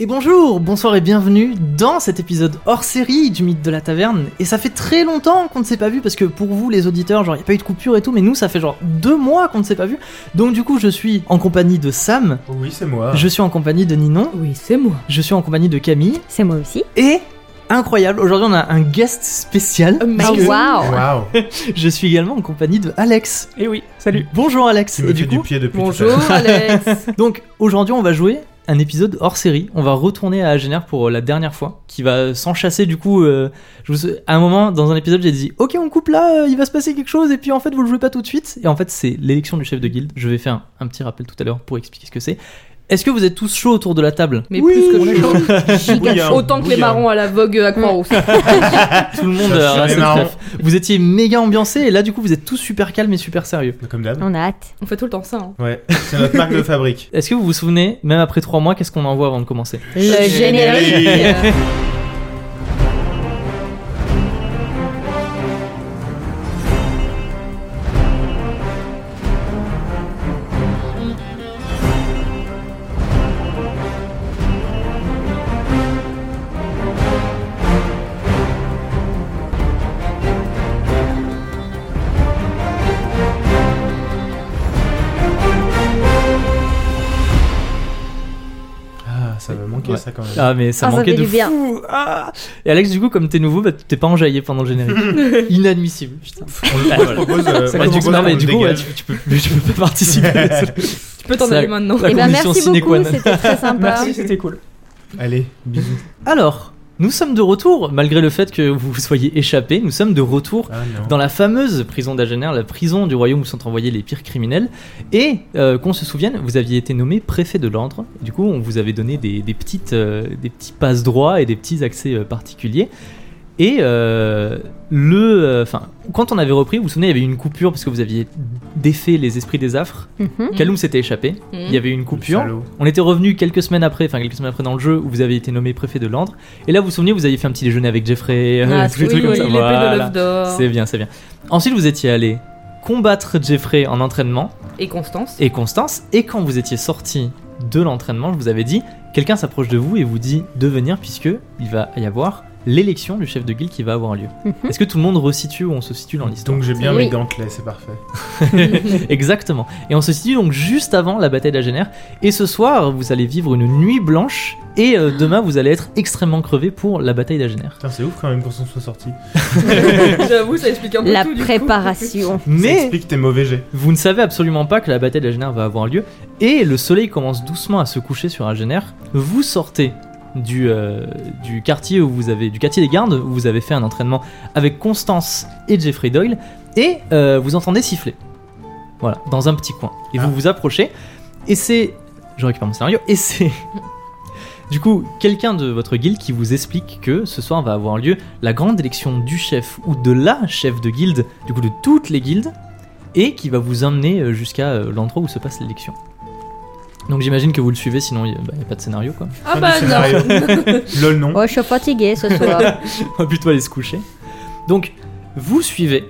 Et bonjour, bonsoir et bienvenue dans cet épisode hors série du mythe de la taverne. Et ça fait très longtemps qu'on ne s'est pas vu parce que pour vous les auditeurs, genre il n'y a pas eu de coupure et tout, mais nous ça fait genre deux mois qu'on ne s'est pas vu. Donc du coup je suis en compagnie de Sam, Oui, c'est moi. Ah. je suis en compagnie de Ninon, Oui, c'est moi. je suis en compagnie de Camille C'est moi aussi. et incroyable, aujourd'hui on a un guest spécial. Amazing. parce Oh, que wow. Waouh. Je suis également en compagnie de Alex. Et Eh oui, salut. Bonjour Alex. Tu me Et fais du du coup, pied depuis Bonjour tout à l'heure. Alex. donc aujourd'hui on va jouer un épisode hors série. On va retourner à Agener pour euh, la dernière fois, qui va s'enchasser du coup. euh, je vous... À un moment dans un épisode j'ai dit ok on coupe là, euh, il va se passer quelque chose et puis en fait vous le jouez pas tout de suite. Et en fait c'est l'élection du chef de guilde. Je vais faire un, un petit rappel tout à l'heure pour expliquer ce que c'est. Est-ce que vous êtes tous chauds autour de la table Mais plus que je chante, Bouillant, autant que les bouillant. marrons à la vogue euh, à Croix-Rousse. Tout le monde Ça, euh, c'est a cette marrant. ref. Vous étiez méga ambiancé et là du coup vous êtes tous super calmes et super sérieux. Comme d'hab. On a hâte. On fait tout le temps ça. hein. Ouais, c'est notre marque de fabrique. Est-ce que vous vous souvenez, même après trois mois, qu'est-ce qu'on envoie avant de commencer Le générique. Euh, Ah, ça m'a manqué Ouais. ça quand même. Ah mais ça Ah, ça manquait fait de du bien. fou. Ah et Alex du coup comme t'es nouveau bah t'es pas enjaillé pendant le générique. Inadmissible. Putain. On le- Ah, on le voilà. propose. Ça euh, on le commence- propose non, mais qu'on du le coup ouais, dégage. tu, tu peux, tu peux pas participer. Tu peux t'en Ça- aller maintenant. ça- Eh ben, condition merci sine qua beaucoup, non. c'était très sympa. Merci, c'était cool. Allez, bisous. Alors nous sommes de retour malgré le fait que vous soyez échappés. Nous sommes de retour Ah non. dans la fameuse prison d'Agener, la prison du royaume où sont envoyés les pires criminels. Et euh, qu'on se souvienne, vous aviez été nommé préfet de l'ordre. Du coup, on vous avait donné des, des petites, euh, des petits passes droits et des petits accès euh, particuliers. Et euh, le, euh, enfin, quand on avait repris, vous vous souvenez, il y avait eu une coupure parce que vous aviez défait les esprits des affres. Mhm. Mm. Kaloum s'était échappé. Hmm. Il y avait eu une coupure. Le salaud. On était revenu quelques semaines après, enfin quelques semaines après dans le jeu, où vous avez été nommé préfet de Landre. Et là, vous vous souvenez, vous aviez fait un petit déjeuner avec Jeffrey, euh, Ah, tous les oui, trucs comme oui, ça. l'épée de Voilà. l'œuf d'or. C'est bien, c'est bien. Ensuite, vous étiez allé combattre Jeffrey en entraînement Et Constance. et Constance, et quand vous étiez sorti de l'entraînement, je vous avais dit, quelqu'un s'approche de vous et vous dit de venir puisque il va y avoir l'élection du chef de guilde qui va avoir lieu. Mhm. Est-ce que tout le monde resitue où on se situe dans l'histoire Donc j'ai bien Oui. mes gantelets, c'est parfait. Exactement. Et on se situe donc juste avant la bataille d'Agener. Et ce soir, vous allez vivre une nuit blanche. Et euh, demain, vous allez être extrêmement crevé pour la bataille d'Agener. Putain, c'est ouf quand même qu'on s'en soit sorti. J'avoue, ça explique un peu La tout, du coup. préparation. Ça Mais explique tes mauvais jets. vous ne savez absolument pas que la bataille d'Agener va avoir lieu. Et le soleil commence doucement à se coucher sur Agener. Vous sortez du, euh, du quartier où vous avez du quartier des gardes où vous avez fait un entraînement avec Constance et Jeffrey Doyle et euh, vous entendez siffler. Voilà, dans un petit coin. Et Ah. vous vous approchez et c'est je récupère mon scénario et c'est du coup quelqu'un de votre guilde qui vous explique que ce soir va avoir lieu la grande élection du chef ou de la chef de guilde, du coup de toutes les guildes et qui va vous emmener euh, jusqu'à euh, l'endroit où se passe l'élection. Donc j'imagine que vous le suivez, sinon il n'y a, bah, y a pas de scénario quoi. Ah Fin bah du scénario. non. Lol, non. Oh, je suis fatiguée ce soir. On va plutôt aller se coucher. Donc, vous suivez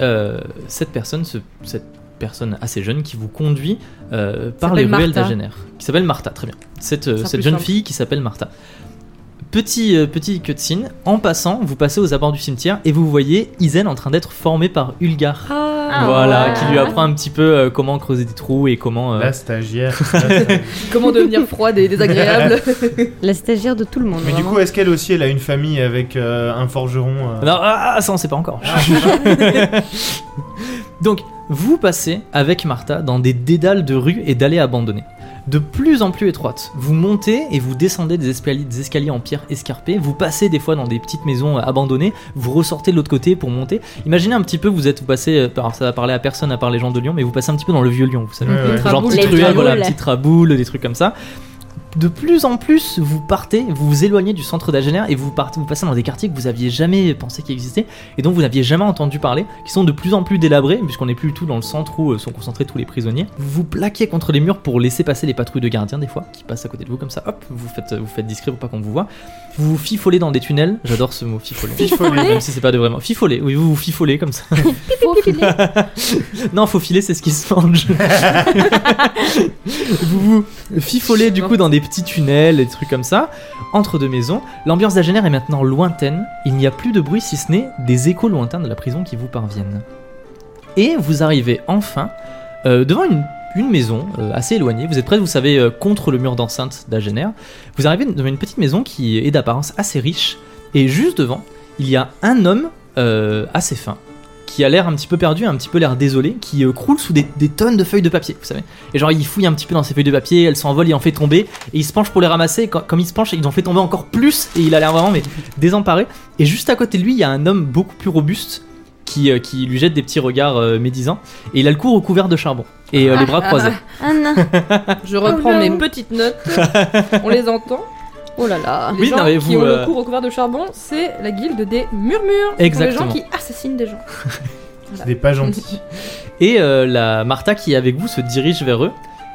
euh, cette personne, ce- cette personne assez jeune qui vous conduit euh, par les S'appelle ruelles Martha. d'Agener, qui s'appelle Martha, très bien. Cette, euh, Ça, cette plus jeune simple. fille qui s'appelle Martha. Petit, euh, petit cutscene, en passant, vous passez aux abords du cimetière et vous voyez Isen en train d'être formée par Ulgar. Ah, voilà, ouais. qui lui apprend un petit peu euh, comment creuser des trous et comment... euh, La stagiaire. la stagiaire. Comment devenir froide et désagréable. La stagiaire de tout le monde. Mais du vraiment. coup, est-ce qu'elle aussi, elle a une famille avec euh, un forgeron euh, Non, ah, ah, ça on sait pas encore. Ah, je sais pas. Donc, vous passez avec Martha dans des dédales de rues et d'allées abandonnées. De plus en plus étroites, vous montez et vous descendez des escaliers, des escaliers en pierre escarpée, vous passez des fois dans des petites maisons euh, abandonnées, vous ressortez de l'autre côté pour monter. Imaginez un petit peu, vous êtes vous passez, euh, alors ça va parler à personne à part les gens de Lyon, mais vous passez un petit peu dans le vieux Lyon, vous savez. Ouais, ouais. Genre Traboule. petite Les ruelle, voilà, traboules. petite traboule, des trucs comme ça. De plus en plus, vous partez, vous vous éloignez du centre d'Agener et vous, partez, vous passez dans des quartiers que vous aviez jamais pensé qu'ils existaient et dont vous n'aviez jamais entendu parler, qui sont de plus en plus délabrés, puisqu'on n'est plus du tout dans le centre où euh, sont concentrés tous les prisonniers. Vous vous plaquez contre les murs pour laisser passer les patrouilles de gardiens, des fois, qui passent à côté de vous comme ça, hop, vous faites, euh, vous faites discret pour pas qu'on vous voit. Vous vous fifolez dans des tunnels, j'adore ce mot fifoler. Fifoler. Même si c'est pas de vraiment. Fifoler, oui, vous vous fifolez comme ça. Faut filer. Non, faut filer, c'est ce qui se mange. vous vous fifolez du coup dans des petits tunnels, des trucs comme ça, entre deux maisons. L'ambiance d'Agener est maintenant lointaine. Il n'y a plus de bruit si ce n'est des échos lointains de la prison qui vous parviennent. Et vous arrivez enfin euh, devant une, une maison euh, assez éloignée. Vous êtes près, vous savez, euh, contre le mur d'enceinte d'Agener. Vous arrivez devant une petite maison qui est d'apparence assez riche. Et juste devant, il y a un homme euh, assez fin qui a l'air un petit peu perdu, un petit peu l'air désolé, qui euh, croule sous des, des tonnes de feuilles de papier, vous savez. Et genre, il fouille un petit peu dans ses feuilles de papier, elles s'envolent, il en fait tomber, et il se penche pour les ramasser, et quand- comme il se penche, il en fait tomber encore plus, et il a l'air vraiment mais, désemparé. Et juste à côté de lui, il y a un homme beaucoup plus robuste, qui, euh, qui lui jette des petits regards euh, médisants, et il a le cou recouvert de charbon, et euh, les bras croisés. Ah non. Je reprends Oh, mes non. petites notes. On les entend. Oh là là. Les Oui, gens non, mais qui vous, ont euh, le cou recouvert de charbon, c'est la guilde des murmures. Exactement. Pour les gens qui assassinent des gens. C'est des pas gentils. Et euh, la Martha qui est avec vous se dirige vers eux.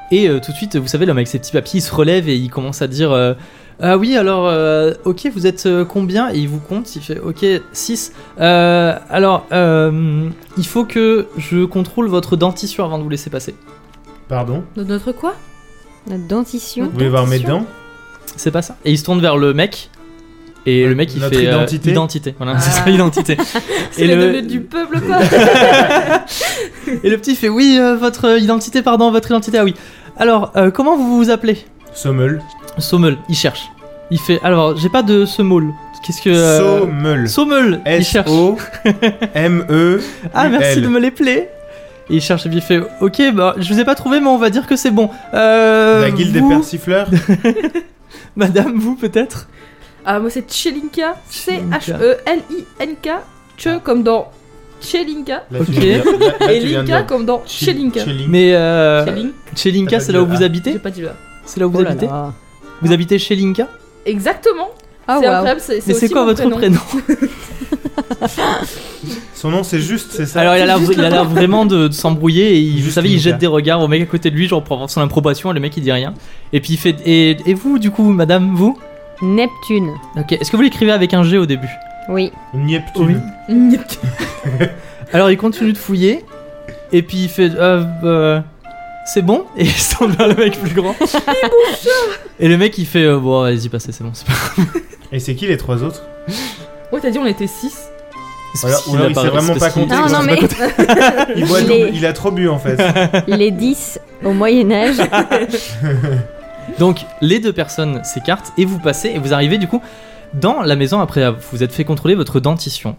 Et euh, tout de suite, vous savez, l'homme avec ses petits papiers, il se relève et il commence à dire euh, Ah oui, alors, euh, ok, vous êtes euh, combien Et il vous compte, il fait Ok, 6. alors, euh, il faut que je contrôle votre dentition avant de vous laisser passer. Pardon De notre quoi Notre dentition. Vous voulez voir mes dents C'est pas ça Et il se tourne vers le mec. Et le mec, il Notre fait euh, identité identité. Voilà, c'est ça, Ah. identité. C'est Et les le- données du peuple, quoi. Et le petit fait Oui, euh, votre identité, pardon, votre identité, ah oui. Alors, euh, comment vous vous appelez Sommel. Sommel, il cherche. Il fait alors, j'ai pas de Sommel. Qu'est-ce que euh, Sommel. Sommel, il cherche. S-O-M-E. Ah merci L. de me les plaît. Et il cherche et puis il fait OK, bah je vous ai pas trouvé mais on va dire que c'est bon. Euh, La guilde vous, des persifleurs. madame vous peut-être Ah, moi, c'est Chelinka. E Chelinka. Ah. C-H-E-L-I-N-K. Che comme dans Chelinka. Là, Ok. tu viens de- là- là, Et tu viens de Linka dire comme dans Chi- Chelinka. Chilling. Mais euh, Chelinka chez Linka, T'as c'est pas là où dit vous le A. habitez J'ai pas dit là. C'est là où vous Oh là habitez là. Vous habitez chez Linka Exactement. Ah c'est ouais. incroyable. C'est, Mais c'est aussi quoi mon votre prénom Son nom, c'est juste, c'est ça Alors il a l'air il a l'air vraiment de, de s'embrouiller et il, vous Juste savez il Linka. jette des regards au mec à côté de lui genre pour avoir son improbation et le mec il dit rien. Et puis il fait et, et vous du coup madame vous Neptune. OK, est-ce que vous l'écrivez avec un G au début Oui. Neptune. Alors il continue de fouiller et puis il fait euh, euh, c'est bon et il se tourne vers le mec plus grand. et le mec il fait euh, bon allez-y passez c'est bon c'est pas. Et c'est qui les trois autres Ouais, t'as dit on était 6. c'est Ou alors- parce ou alors, qu'il il apparaît- s'est vraiment c'est pas parce qu'il- compté, Non, Ils non, sont mais il, boit Il double, est- il a trop bu en fait. les 10 au Moyen-Âge. Donc les deux personnes s'écartent et vous passez et vous arrivez du coup dans la maison après vous êtes fait contrôler votre dentition.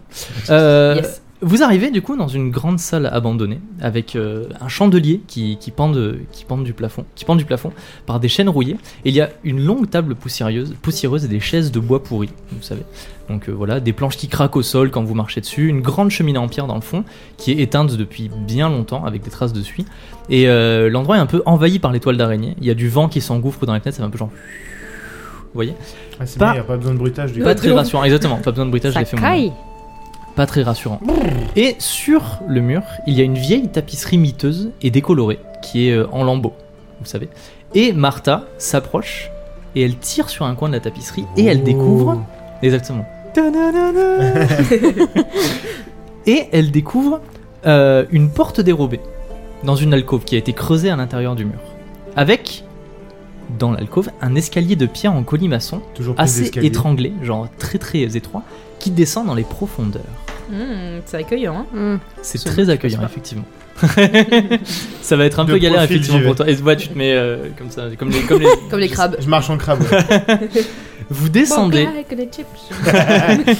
Euh, Yes. Vous arrivez du coup dans une grande salle abandonnée avec euh, un chandelier qui, qui, pend de- qui, pend du plafond, qui pend du plafond par des chaînes rouillées. Et il y a une longue table poussiéreuse, poussiéreuse et des chaises de bois pourri, vous savez. Donc euh, voilà, des planches qui craquent au sol quand vous marchez dessus, une grande cheminée en pierre dans le fond qui est éteinte depuis bien longtemps avec des traces de suie. Et euh, l'endroit est un peu envahi par les toiles d'araignée. Il y a du vent qui s'engouffre dans les fenêtres, ça fait un peu genre. Vous voyez Ah, c'est Pas- bien, il n'y a pas besoin de bruitage du Pas coup. très rassurant, exactement. Pas besoin de bruitage, je Ça l'ai fait moi-même caille. pas très rassurant. Et sur le mur, il y a une vieille tapisserie miteuse et décolorée qui est euh, en lambeaux, vous savez. Et Martha s'approche et elle tire sur un coin de la tapisserie et Oh. elle découvre exactement. et elle découvre euh, une porte dérobée dans une alcôve qui a été creusée à l'intérieur du mur, avec dans l'alcôve un escalier de pierre en colimaçon Toujours plus assez d'escalier. étranglé, genre très très étroit, qui descend dans les profondeurs. c'est accueillant. Hein. Hmm. C'est Ce très mec, accueillant, n'est-ce pas effectivement. ça va être un De peu galère, profil, effectivement, j'y pour vais. toi. Et ouais, tu te mets euh, comme ça, comme les. Comme les... Comme les crabes. Je marche en crabe. ouais. vous descendez, Bon, avec les chips.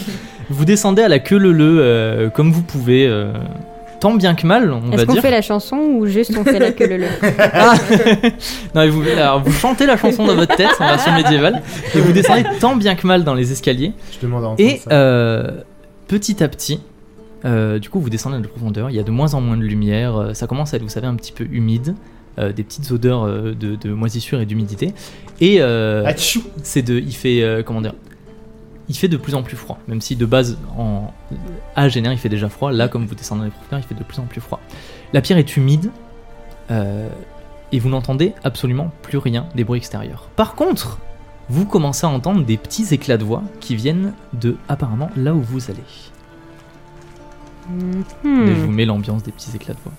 vous descendez à la queue leu leu, euh, comme vous pouvez, euh, tant bien que mal, on va Est-ce qu'on dire. fait la chanson ou juste on fait la queue le le Non, mais vous, alors, vous chantez la chanson dans votre tête en version médiévale, et vous descendez tant bien que mal dans les escaliers. Je demande à entendre Et ça. euh, petit à petit, euh, du coup, vous descendez à la profondeur, il y a de moins en moins de lumière, euh, ça commence à être, vous savez, un petit peu humide, euh, des petites odeurs euh, de, de moisissure et d'humidité. Et euh, Atchou c'est de. Il fait. euh, comment dire Il fait de plus en plus froid, même si de base, en à Génère, il fait déjà froid. Là, comme vous descendez dans les profondeurs, il fait de plus en plus froid. La pierre est humide. euh, et vous n'entendez absolument plus rien des bruits extérieurs. Par contre, vous commencez à entendre des petits éclats de voix qui viennent de apparemment là où vous allez. Hmm. Mais je vous mets l'ambiance des petits éclats de voix.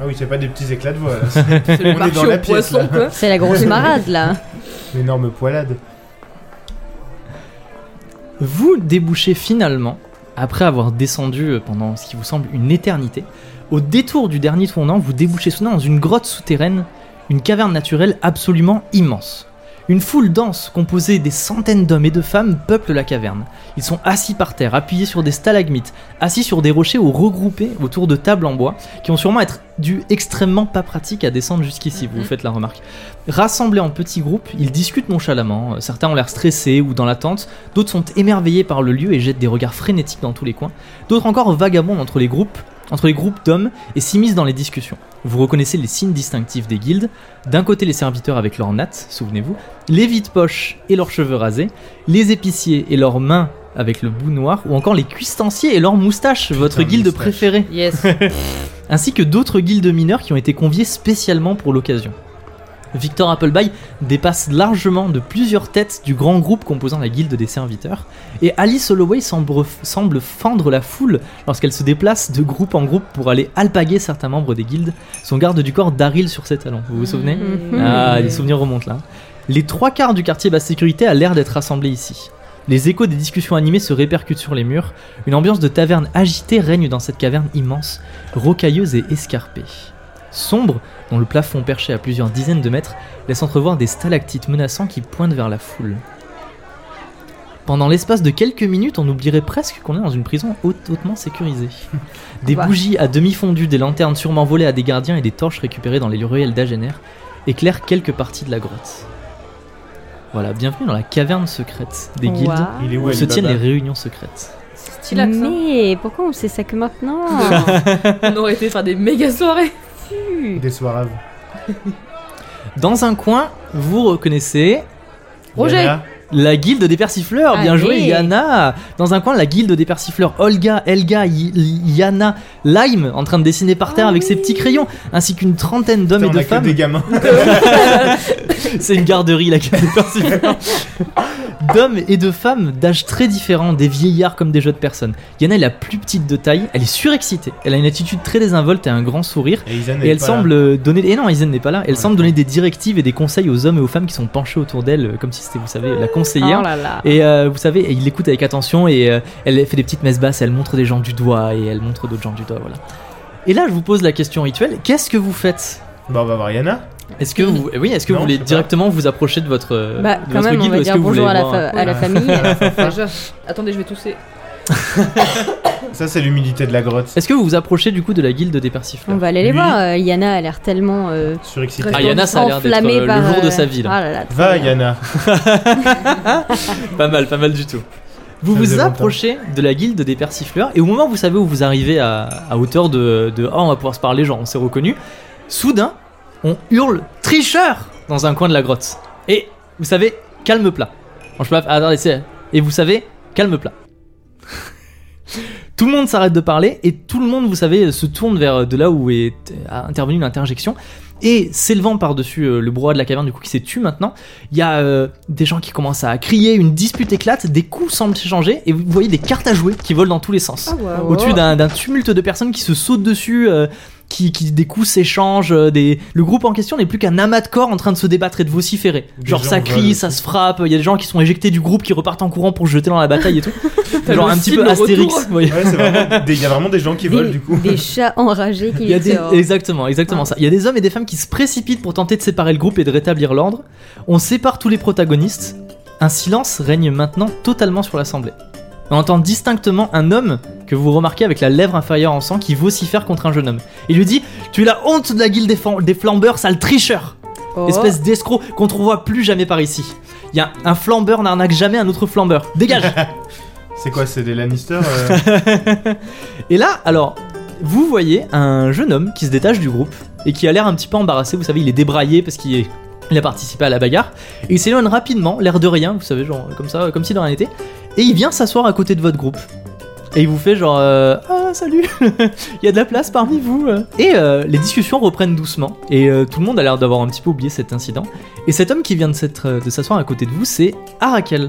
Ah oui, c'est pas des petits éclats de voix. là. C'est le est marché dans la aux pièce, poissons, là. quoi. C'est la grosse marade là. C'est une énorme poilade. Vous débouchez finalement, après avoir descendu euh, pendant ce qui vous semble une éternité, au détour du dernier tournant, vous débouchez soudain dans une grotte souterraine, une caverne naturelle absolument immense. Une foule dense composée des centaines d'hommes et de femmes peuple la caverne. Ils sont assis par terre, appuyés sur des stalagmites, assis sur des rochers ou regroupés autour de tables en bois, qui ont sûrement être dû extrêmement pas pratique à descendre jusqu'ici, vous vous faites la remarque. Rassemblés en petits groupes, ils discutent nonchalamment, euh, certains ont l'air stressés ou dans l'attente, D'autres sont émerveillés par le lieu et jettent des regards frénétiques dans tous les coins. D'autres encore vagabondent entre les groupes, entre les groupes d'hommes et s'immiscent dans les discussions. Vous reconnaissez les signes distinctifs des guildes. D'un côté, les serviteurs avec leurs nattes, souvenez-vous, les vides poches et leurs cheveux rasés, les épiciers et leurs mains avec le bout noir, ou encore les cuistanciers et leurs moustaches, votre guilde moustache. préférée, Yes. ainsi que d'autres guildes mineures qui ont été conviées spécialement pour l'occasion. Victor Appleby dépasse largement de plusieurs têtes du grand groupe composant la guilde des serviteurs, et Alice Holloway semble, semble fendre la foule lorsqu'elle se déplace de groupe en groupe pour aller alpaguer certains membres des guildes, son garde du corps Daryl sur ses talons, vous vous souvenez Mmh. Ah, les souvenirs remontent là. Les trois quarts du quartier basse sécurité a l'air d'être rassemblés ici. Les échos des discussions animées se répercutent sur les murs, une ambiance de taverne agitée règne dans cette caverne immense, rocailleuse et escarpée. Sombre, dont le plafond perché à plusieurs dizaines de mètres laisse entrevoir des stalactites menaçants qui pointent vers la foule. Pendant l'espace de quelques minutes, on oublierait presque qu'on est dans une prison haute- hautement sécurisée. Des Bah. bougies à demi fondues, des lanternes sûrement volées à des gardiens et des torches récupérées dans les ruelles d'Agener éclairent quelques parties de la grotte. Voilà, bienvenue dans la caverne secrète des guildes Ouah. Ah. Il est où où se Alibaba tiennent les réunions secrètes. C'est stylax, hein. Mais pourquoi on sait ça que maintenant On aurait été faire des méga soirées. Des soirées. Dans un coin, vous reconnaissez Roger. Yana, La guilde des persifleurs, bien Allez. joué Yana Dans un coin, la guilde des persifleurs, Olga, Elga, Y- Y- Yana, Lime, en train de dessiner par terre Ah avec ses oui. petits crayons, ainsi qu'une trentaine d'hommes putain, et on de a que femmes. des gamins. C'est une garderie, la guilde des persifleurs. D'hommes et de femmes d'âges très différents, des vieillards comme des jeunes personnes. Yana est la plus petite de taille, elle est surexcitée, elle a une attitude très désinvolte et un grand sourire. Et Izan Et est elle pas semble là. euh, donner. Et non, Aizen n'est pas là. Elle Ouais. semble donner des directives et des conseils aux hommes et aux femmes qui sont penchés autour d'elle, euh, comme si c'était, vous savez, la conseillère. Oh là là. Et euh, vous savez, il l'écoute avec attention et euh, elle fait des petites messes basses, elle montre des gens du doigt et elle montre d'autres gens du doigt, voilà. Et là, je vous pose la question rituelle qu'est-ce que vous faites Bah, on va voir Yana. Est-ce que vous, oui, est-ce que Non, vous voulez je sais pas. directement vous approcher de votre, euh, Bah, de quand votre même, on guide va ou est-ce que dire vous bonjour voulez à la, voir un- fa- à la famille. Enfin, je- Attendez, je vais tousser. Ça, c'est l'humidité de la grotte. Est-ce que vous vous approchez du coup de la guilde des persifleurs On va aller les Lui. voir. euh, Yana a l'air tellement euh, Surexcité. Ah, Yana, ça a l'air d'être enflammée euh, par, le jour de euh, sa vie. là. Ah là là, trop Va, bien. Yana. Pas mal, pas mal du tout. Vous Ça faisait vous longtemps. approchez de la guilde des persifleurs et au moment où vous savez où vous arrivez à, à hauteur de, de Ah, on va pouvoir se parler, genre on s'est reconnu, soudain on hurle tricheur dans un coin de la grotte. Et vous savez, calme plat. Bon, je peux pas- ah, attendez, c'est- Et vous savez, calme plat. tout le monde s'arrête de parler et tout le monde, vous savez, se tourne vers euh, de là où est euh, a intervenu une interjection. Et s'élevant par-dessus euh, le brouhaha de la caverne, du coup, qui s'est tu maintenant, il y a euh, des gens qui commencent à crier, une dispute éclate, des coups semblent s'échanger et vous voyez des cartes à jouer qui volent dans tous les sens. Ah, waouh. Oh. Au-dessus d'un d'un tumulte de personnes qui se sautent dessus, euh, qui, qui des coups s'échangent, euh, des... le groupe en question n'est plus qu'un amas de corps en train de se débattre et de vociférer. Des Genre gens ça volent. crie, ça se frappe, il y a des gens qui sont éjectés du groupe, qui repartent en courant pour se jeter dans la bataille et tout. T'as Genre le un petit film peu au Astérix. retour. vous voyez. Ouais, c'est vraiment. des- Il y a vraiment des gens qui Des- volent, du coup. Des chats enragés qui Il y a des- sortent. Exactement, exactement ça. Il y a des hommes et des femmes qui se précipitent pour tenter de séparer le groupe et de rétablir l'ordre. On sépare tous les protagonistes. Un silence règne maintenant totalement sur l'assemblée. On entend distinctement un homme que vous remarquez avec la lèvre inférieure en sang qui vocifère contre un jeune homme. Il lui dit Tu es la honte de la guilde des, flam- des flambeurs, sale tricheur Oh. Espèce d'escroc qu'on ne trouvera plus jamais par ici. Il y a un flambeur n'arnaque jamais un autre flambeur. Dégage C'est quoi, c'est des Lannister euh, Et là, alors, vous voyez un jeune homme qui se détache du groupe et qui a l'air un petit peu embarrassé. Vous savez, il est débraillé parce qu'il est- il a participé à la bagarre. Et il s'éloigne rapidement, l'air de rien, vous savez, genre comme ça, comme si de rien n'était. Et il vient s'asseoir à côté de votre groupe. Et il vous fait genre euh, Ah, salut Il y a de la place parmi vous euh. Et euh, les discussions reprennent doucement. Et euh, tout le monde a l'air d'avoir un petit peu oublié cet incident. Et cet homme qui vient de s'être- euh, de s'asseoir à côté de vous, c'est Arakel.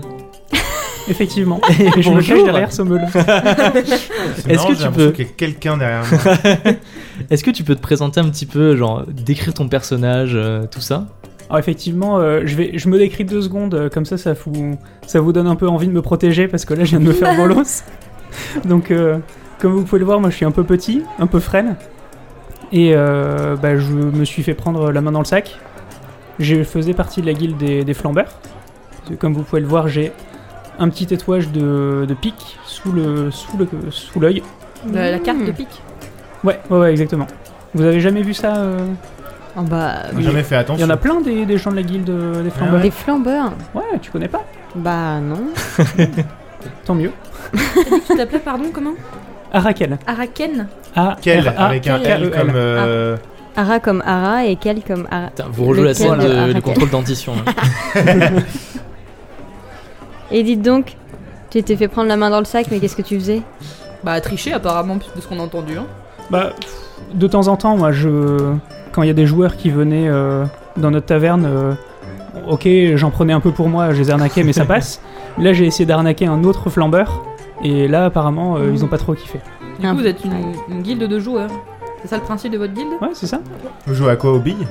Effectivement. Et je me cache derrière ce meule. C'est Est-ce marrant, que j'ai tu l'impression peux- qu'il y a quelqu'un derrière moi. Est-ce que tu peux te présenter un petit peu, genre décrire ton personnage, euh, tout ça Alors effectivement, euh, je, vais, je me décris deux secondes, euh, comme ça ça vous, ça vous donne un peu envie de me protéger parce que là je viens de me faire bolos. Donc euh, comme vous pouvez le voir, moi je suis un peu petit, un peu frêle. Et euh, bah, je me suis fait prendre la main dans le sac. Je faisais partie de la guilde des, des flambeurs. Parce que Comme vous pouvez le voir, j'ai un petit tatouage de, de pique sous le sous le sous l'œil. Euh, La, Hmm. la carte de pique. Ouais, ouais, ouais, exactement. Vous avez jamais vu ça euh Oh bah, On n'a jamais fait Il y attention. en a plein des, des gens de la guilde euh, des flambeurs. des flambeurs. Ouais, tu connais pas Bah non. Tant mieux. Tu t'appelais, pardon, comment Arakel. Araken A Quel R A avec un K E L L. comme. euh, Ara comme Ara et Kel comme Ara. Putain, Vous rejouez la Lequel scène de de- du Arakel contrôle dentition. hein. là. Et dites donc, tu t'es fait prendre la main dans le sac, mais qu'est-ce que tu faisais Bah, tricher apparemment, de ce qu'on a entendu. Hein. Bah, pff, de temps en temps, moi, je. Quand il y a des joueurs qui venaient euh, dans notre taverne, euh, ok, j'en prenais un peu pour moi, je les arnaquais, mais ça passe. Là, j'ai essayé d'arnaquer un autre flambeur, et là, apparemment, euh, ils ont pas trop kiffé. Du Ah, coup, vous êtes une, ouais. une guilde de joueurs. C'est ça le principe de votre guilde Ouais, c'est ça. Vous jouez à quoi aux billes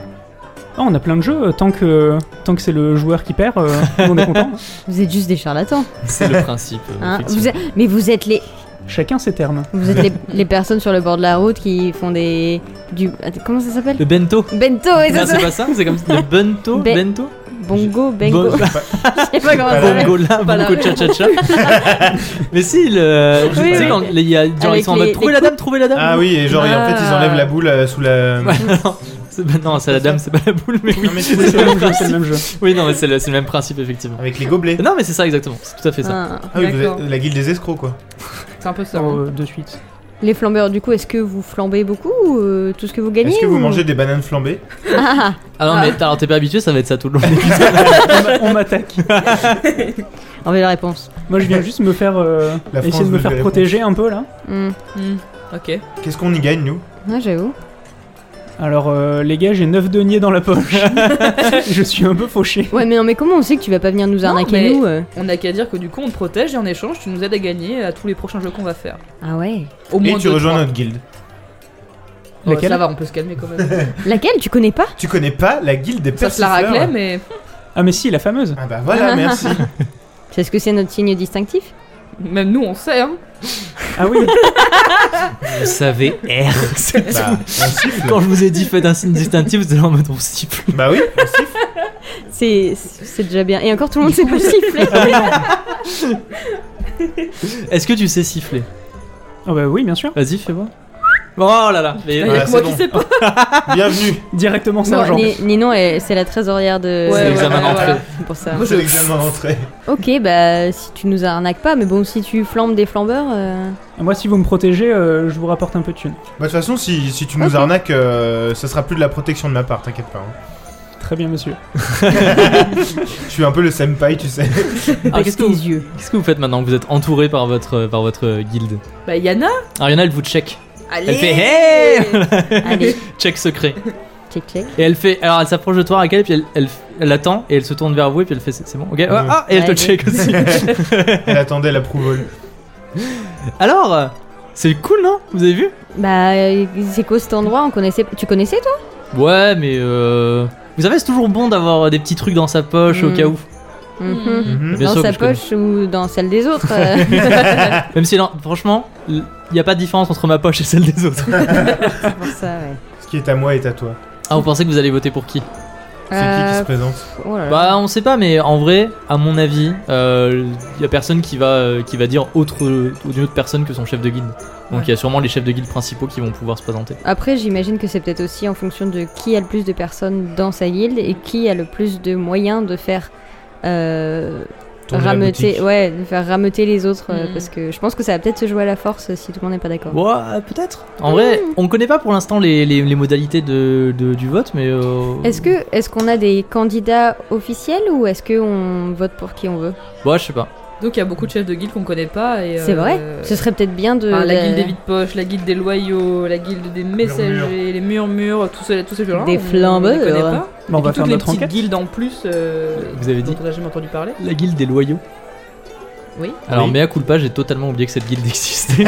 Ah, on a plein de jeux, euh, tant que, tant que c'est le joueur qui perd, euh, on est content. Vous êtes juste des charlatans. C'est le principe. euh, hein. effectivement. Vous êtes- Mais vous êtes les, Chacun ses termes. vous êtes les, les personnes sur le bord de la route qui font des du attends, comment ça s'appelle Le bento Bento. et Non, ça, c'est ça- pas ça, c'est comme ça. Le bento Be- Bento Bongo, bengo. Bon- Je sais pas comment pas la ça s'appelle. Bongo là, Pas la bongo cha cha cha. Mais si, le. Oui, tu sais, oui. quand il y a- genre, ils Avec sont en mode les- Trouvez les la dame, trouvez la dame Ah oui, et genre, et en fait, ils enlèvent la boule euh, sous la. Ouais, non, c'est bah, non, c'est la dame, c'est pas la boule, mais oui. Non, mais Oui, c'est le même jeu, c'est le même jeu. Oui, non, mais c'est le, c'est le même principe, effectivement. Avec les gobelets. Non, mais c'est ça, exactement, c'est tout à fait ça. Ah. Ah oui, vous D'accord. êtes la guilde des escrocs quoi. C'est un peu ça. Oh, hein. euh, de suite. Les flambeurs, du coup, est-ce que vous flambez beaucoup ou, euh, tout ce que vous gagnez Est-ce que ou- vous mangez des bananes flambées Ah, Ah non, mais t'as- alors t'es pas habitué, ça va être ça tout le long. On m'a- on m'attaque. on la réponse. Moi, je viens juste me faire. euh, La France essayer de me veut des faire réponses. protéger un peu, là. Hmm. Hmm, Ok. Qu'est-ce qu'on y gagne nous Ah, j'avoue. Alors euh, les gars, j'ai 9 deniers dans la poche. je suis un peu fauché. Ouais, mais non, mais comment on sait que tu vas pas venir nous Non, arnaquer mais- nous euh On n'a qu'à dire que du coup, on te protège et en échange, tu nous aides à gagner à tous les prochains jeux qu'on va faire. Ah ouais. Au moins Et tu deux, rejoins trois. notre guilde. Oh, Laquelle Ça va, on peut se calmer quand même. Laquelle tu connais pas Tu connais pas la guilde des ça se la persifleurs raclait, mais Ah mais si, la fameuse. Ah bah voilà, merci. C'est ce que c'est notre signe distinctif même nous, on sait. Hein. Ah oui. Vous savez, R. c'est- bah, on siffle. Quand je vous ai dit faites un signe distinctif, vous allez en mode on siffle. Bah oui, on siffle. C'est c'est déjà bien. Et encore tout le monde sait pas siffler. Est-ce que tu sais siffler Ah bah oui, bien sûr. Vas-y, fais voir. Oh là là, mais- Il y Ouais, a que c'est moi bon. qui sais pas. Bienvenue. Ah, Directement Non, sergent. Ni- Ninon, elle- c'est la trésorière de. Ouais, C'est l'examen ouais, d'entrée. voilà. C'est pour ça. Moi, C'est je- l'examen d'entrée. Ok, bah si tu nous arnaques pas, mais bon, si tu flambes des flambeurs. euh, Moi, si vous me protégez, euh, je vous rapporte un peu de thunes. Bah de toute façon, si, si tu nous Ok. arnaques, euh, ça sera plus de la protection de ma part, t'inquiète pas. hein. Très bien, monsieur. Je suis un peu le senpai, tu sais. Ah, avec Qu'est-ce que, tes vous- yeux. qu'est-ce que vous faites maintenant que vous êtes entouré par votre, par votre euh, guilde Bah, Yana, Ariana, elle vous check. allez Elle fait Hey Allez, Check secret. check check. Et elle fait. Alors elle s'approche de toi, Raquel, puis elle, elle, elle attend, et elle se tourne vers vous, et puis elle fait C'est c'est bon, ok Ah, ah, Et elle te Ouais, check aussi. Elle attendait l'approval. Alors, euh, c'est cool, non Vous avez vu Bah euh, c'est quoi cet endroit On connaissait. Tu connaissais toi Ouais, mais euh. Vous savez, c'est toujours bon d'avoir des petits trucs dans sa poche au Mm. cas où. Mhm. Mhm. Bien Dans sûr que sa je connais. poche ou dans celle des autres euh. Même si, non, franchement, il n'y a pas de différence entre ma poche et celle des autres. C'est pour ça, ouais. Ce qui est à moi est à toi. Ah, vous pensez que vous allez voter pour qui C'est qui qui se présente oh là là. Bah, on sait pas, mais en vrai, à mon avis, il y a personne qui va, euh, qui va dire autre, une autre personne que son chef de guide. Donc, il y a sûrement les chefs de guide principaux qui vont pouvoir se présenter. Après, j'imagine que c'est peut-être aussi en fonction de qui a le plus de personnes dans sa guilde et qui a le plus de moyens de faire euh, Tourner la rameuter, boutique. ouais, de faire rameuter les autres, euh, Mhm. parce que je pense que ça va peut-être se jouer à la force euh, si tout le monde n'est pas d'accord. Ouais, euh, peut-être. En vrai, on connaît pas pour l'instant les, les- les modalités de, de- du vote, mais. euh, Est-ce que est-ce qu'on a des candidats officiels ou est-ce que on vote pour qui on veut Ouais, je sais pas. Donc, il y a beaucoup de chefs de guilde qu'on connaît pas. et, C'est euh, vrai. Ce serait peut-être bien de enfin, la de- guilde des vides poches, la guilde des loyaux, la guilde des messagers, les murmures, tous ces, tous ces jeux-là. Des on- on les flambeurs. connaît pas. Bon, on Et va puis faire toutes les notre petites enquête. guildes en plus. euh, Vous avez dit dont on a jamais entendu parler. La guilde des loyaux. Oui. Alors, Oui. mea culpa, j'ai totalement oublié que cette guilde existait.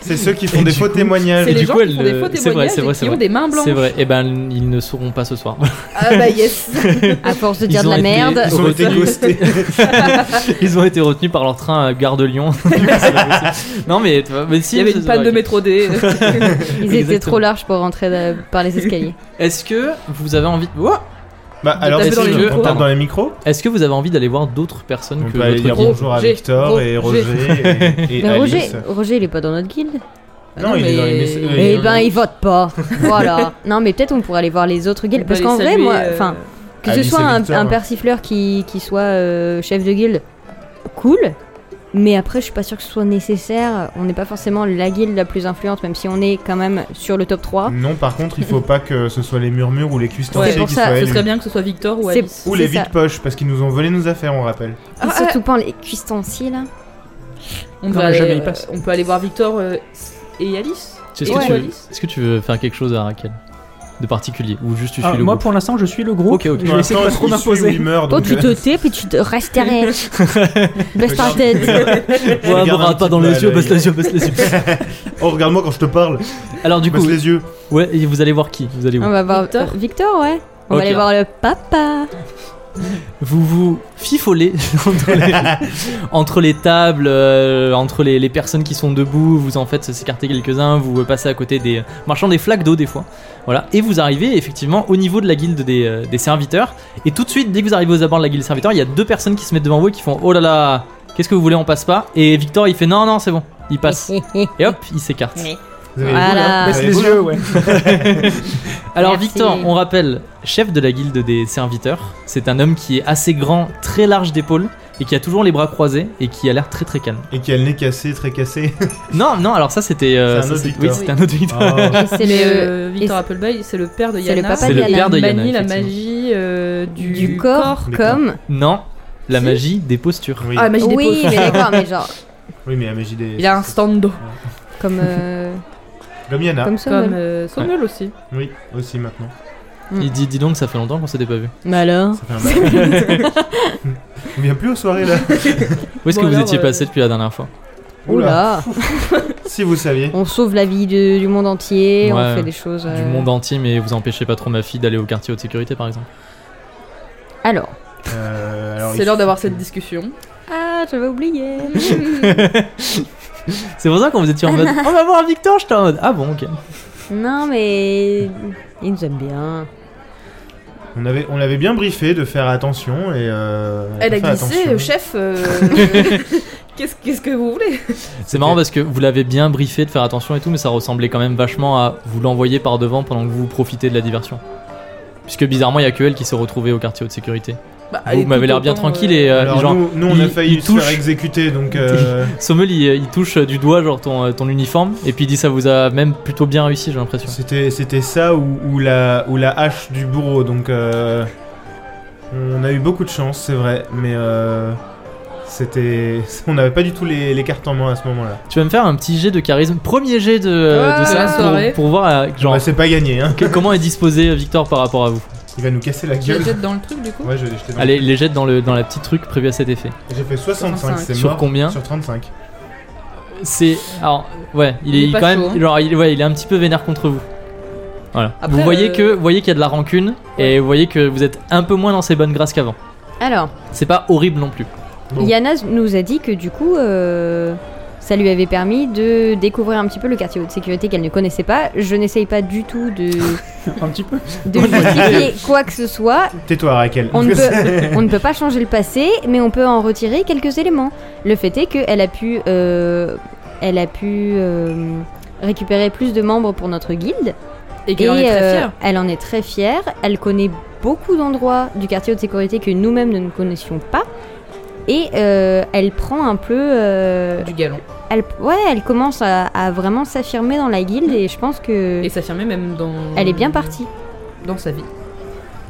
C'est ceux qui Et font des du faux coup- témoignages. Et C'est les du gens coup, qui font elle, des faux euh, c'est vrai, témoignages c'est vrai, et c'est qui ont vrai. des mains blanches. C'est vrai, et ben ils ne sauront pas ce soir. Ah bah yes. À force de Ils dire de ont la été- merde. Ils ont été Retenus. ghostés. Ils ont été retenus par leur train à Gare de Lyon. Du coup, c'est pas possible. non, mais, tu vois, mais si, Il y avait c'est une panne vrai. de métro D. Ils étaient Exactement. trop larges pour rentrer euh, par les escaliers. Est-ce que vous avez envie. Ouah Bah De alors, taper dans les si, micros. on tape dans les micros. Est-ce que vous avez envie d'aller voir d'autres personnes On que peut aller votre dire guide bonjour à Roger, Victor et Roger. Roger et, et Mais Ben, Roger, Alice. Roger, il est pas dans notre guilde. Non, il est dans les mess- euh, Eh il- ben, il vote pas. voilà. Non, mais peut-être on pourrait aller voir les autres guildes. Parce qu'en vrai, moi, euh, enfin, que ce Alice et soit un, Victor, un hein. persifleur qui, qui soit euh, chef de guilde, cool. Mais après, je suis pas sûr que ce soit nécessaire. On n'est pas forcément la guilde la plus influente, même si on est quand même sur le top 3. Non, par contre, il faut pas que ce soit les murmures ou les Ouais, cuistanciers hein. pour qui ça, soient ce Ce élus. serait bien que ce soit Victor ou C'est- Alice. Ou les c'est ça. vides poches, parce qu'ils nous ont volé nos affaires, on rappelle. Et Ah, ah, surtout pas les cuistanciers là. on, Non, peut mais aller, jamais il euh, passe. on peut aller voir Victor euh, et Alice. Est-ce que, Et tu toi, veux- Alice est-ce que tu veux faire quelque chose à Raquel De particulier Ou juste tu suis Ah, le moi, groupe pour l'instant, je suis le groupe. Ok, ok. Je vais essayer de pas trop m'imposer. Toi, Oh, euh, tu te tais puis tu te restes derrière. Baisse ta Regarde. tête. Ouais, regarde Bora, un pas petit dans peu les à yeux, l'œil. baisse les yeux, baisse les yeux. Oh, regarde-moi quand je te parle. Alors, du Baisse coup, les yeux. ouais, et vous allez voir qui Vous allez où On va voir Victor. Victor, Victor ouais. On Ok. va aller voir le papa. vous vous fifolez entre les, entre les tables, euh, entre les, les personnes qui sont debout, vous en faites s'écarter quelques-uns, vous euh, passez à côté des marchands des flaques d'eau des fois. Voilà, et vous arrivez effectivement au niveau de la guilde des, euh, des serviteurs. Et tout de suite, dès que vous arrivez aux abords de la guilde des serviteurs, il y a deux personnes qui se mettent devant vous et qui font Oh là là, qu'est-ce que vous voulez, on passe pas Et Victor il fait Non, non, c'est bon, il passe. et hop, il s'écarte. Vous avez les boules, hein Voilà. Baisse Vous avez les boules, yeux, ouais. Alors Merci. Victor, on rappelle, chef de la guilde des serviteurs, c'est un homme qui est assez grand, très large d'épaules et qui a toujours les bras croisés et qui a l'air très très calme. hein. Et qui a le nez cassé, très cassé. Non, non, alors ça c'était euh, C'est un ça, autre c'est- Victor. oui, c'était un autre Victor. Oh. Et c'est Mais le. euh, Victor et- Appleby, c'est le père Ah, de c'est le Yana. papa C'est de le Yana. père de Yana. Manie la effectivement. magie euh, du, Du corps corps. comme. Non, la Si. magie des postures. Oui. Ah, la magie des Oui, poses. mais d'accord, mais genre. Oui, mais la magie des. Il a un stando Comme. euh, Comme Yana. comme ça. comme ouais. euh, Sommel aussi. Oui, aussi maintenant. Hmm. Il dit, dis donc, ça fait longtemps qu'on s'était pas vu. Mais alors Ça fait un mal. On vient plus aux soirées là. Où est-ce Bon, que vous alors, étiez euh, passé depuis la dernière fois Oula Si vous saviez. On sauve la vie de- du monde entier, Ouais. on fait des choses. Du euh, monde entier, mais vous empêchez pas trop ma fille d'aller au quartier haute sécurité par exemple. Alors. Euh, alors, C'est il- l'heure d'avoir cette discussion. Ah, j'avais oublié. C'est pour ça quand vous étiez en mode On va voir Victor, j'étais en mode Ah bon, ok. non, mais. Ils nous aiment bien. On avait, on l'avait bien briefé de faire attention et. euh, Elle a fait glissé, attention. euh, chef. euh, Qu'est-ce qu'est-ce que vous voulez C'est marrant parce que vous l'avez bien briefé de faire attention et tout, mais ça ressemblait quand même vachement à vous l'envoyer par devant pendant que vous vous profitez de la diversion. Puisque bizarrement, il y a que elle qui s'est retrouvée au quartier haute sécurité. Bah, elle est vous m'avez tout l'air bien autant, euh, tranquille et euh, Alors, genre, nous, nous, on a il- failli il se touche. faire exécuter donc. euh, Sommel il, il touche du doigt genre ton, euh, ton uniforme et puis il dit ça vous a même plutôt bien réussi, j'ai l'impression. C'était, c'était ça ou, ou la, ou la hache du bourreau, donc euh, on a eu beaucoup de chance, c'est vrai, mais euh, c'était, on n'avait pas du tout les, les cartes en main à ce moment-là. Tu vas me faire un petit jet de charisme, premier jet de, euh, de Ah, ça la pour- soirée. pour, voir euh, genre Bah, c'est pas gagné, hein. que- comment est disposé euh, Victor par rapport à vous. Il va nous casser la Tu la gueule. jettes dans le truc du coup Ouais, je vais les jeter dans- Allez, les jette dans le dans la petite truc prévue à cet effet. J'ai fait 65, c'est Sur mort. combien Sur 35. C'est alors ouais, il est, Il est pas quand même chaud, hein. genre il, ouais, il est un petit peu vénère contre vous. Voilà. Après, vous voyez euh, que vous voyez qu'il y a de la rancune et vous voyez que vous êtes un peu moins dans ses bonnes grâces qu'avant. Alors, C'est pas horrible non plus. Bon. Yana nous a dit que du coup. euh, Ça lui avait permis de découvrir un petit peu le quartier haute sécurité qu'elle ne connaissait pas. Je n'essaye pas du tout de, Un petit peu. de justifier quoi que ce soit. Tais-toi, Raquel. On ne, peut, on ne peut pas changer le passé, mais on peut en retirer quelques éléments. Le fait est qu'elle a pu, euh, elle a pu euh, récupérer plus de membres pour notre guilde. Et qu'elle en est très euh, fière. elle en est très fière. Elle connaît beaucoup d'endroits du quartier de sécurité que nous-mêmes ne connaissions pas. Et euh, elle prend un peu. euh, Du galon. elle, ouais, elle commence à, à vraiment s'affirmer dans la guilde et je pense que Et s'affirmer même dans. elle est bien partie. Dans sa vie.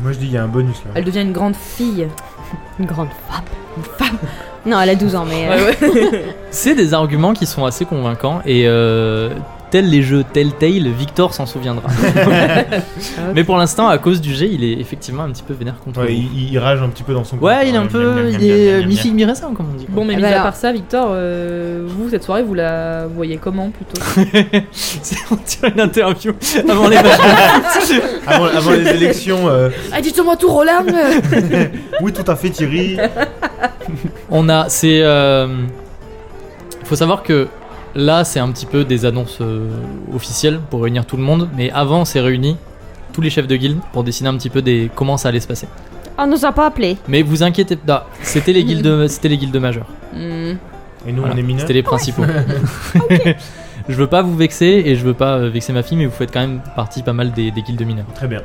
Moi, je dis, il y a un bonus là. Elle devient une grande fille. Une grande femme. Non, elle a 12 ans, mais. euh, Ouais, ouais. C'est des arguments qui sont assez convaincants et euh, tel les jeux Telltale, Victor s'en souviendra. Mais pour l'instant, à cause du G, il est effectivement un petit peu vénère contre Ouais, vous. il, il rage un petit peu dans son coin. Ouais, il est un peu. Il est euh, Miffy Miresa, comme on dit. Bon, mais Ah mis bah à alors. part ça, Victor, euh, vous, cette soirée, vous la voyez comment plutôt C'est- on dirait une interview avant les matchs. Avant, avant les élections, euh, Ah, dites-moi tout, Roland oui, tout à fait, Thierry. On a. C'est. euh, faut savoir que là, c'est un petit peu des annonces euh, officielles pour réunir tout le monde. Mais avant, c'est réuni tous les chefs de guilde pour dessiner un petit peu des comment ça allait se passer. Ah, On nous a pas appelé. Mais vous inquiétez pas, c'était les guildes, c'était les guildes majeures. Hmm. Et nous, on Voilà, est mineurs. C'était les principaux. je veux pas vous vexer et je veux pas euh, vexer ma fille, mais vous faites quand même partie pas mal des, des guildes mineures. Très bien.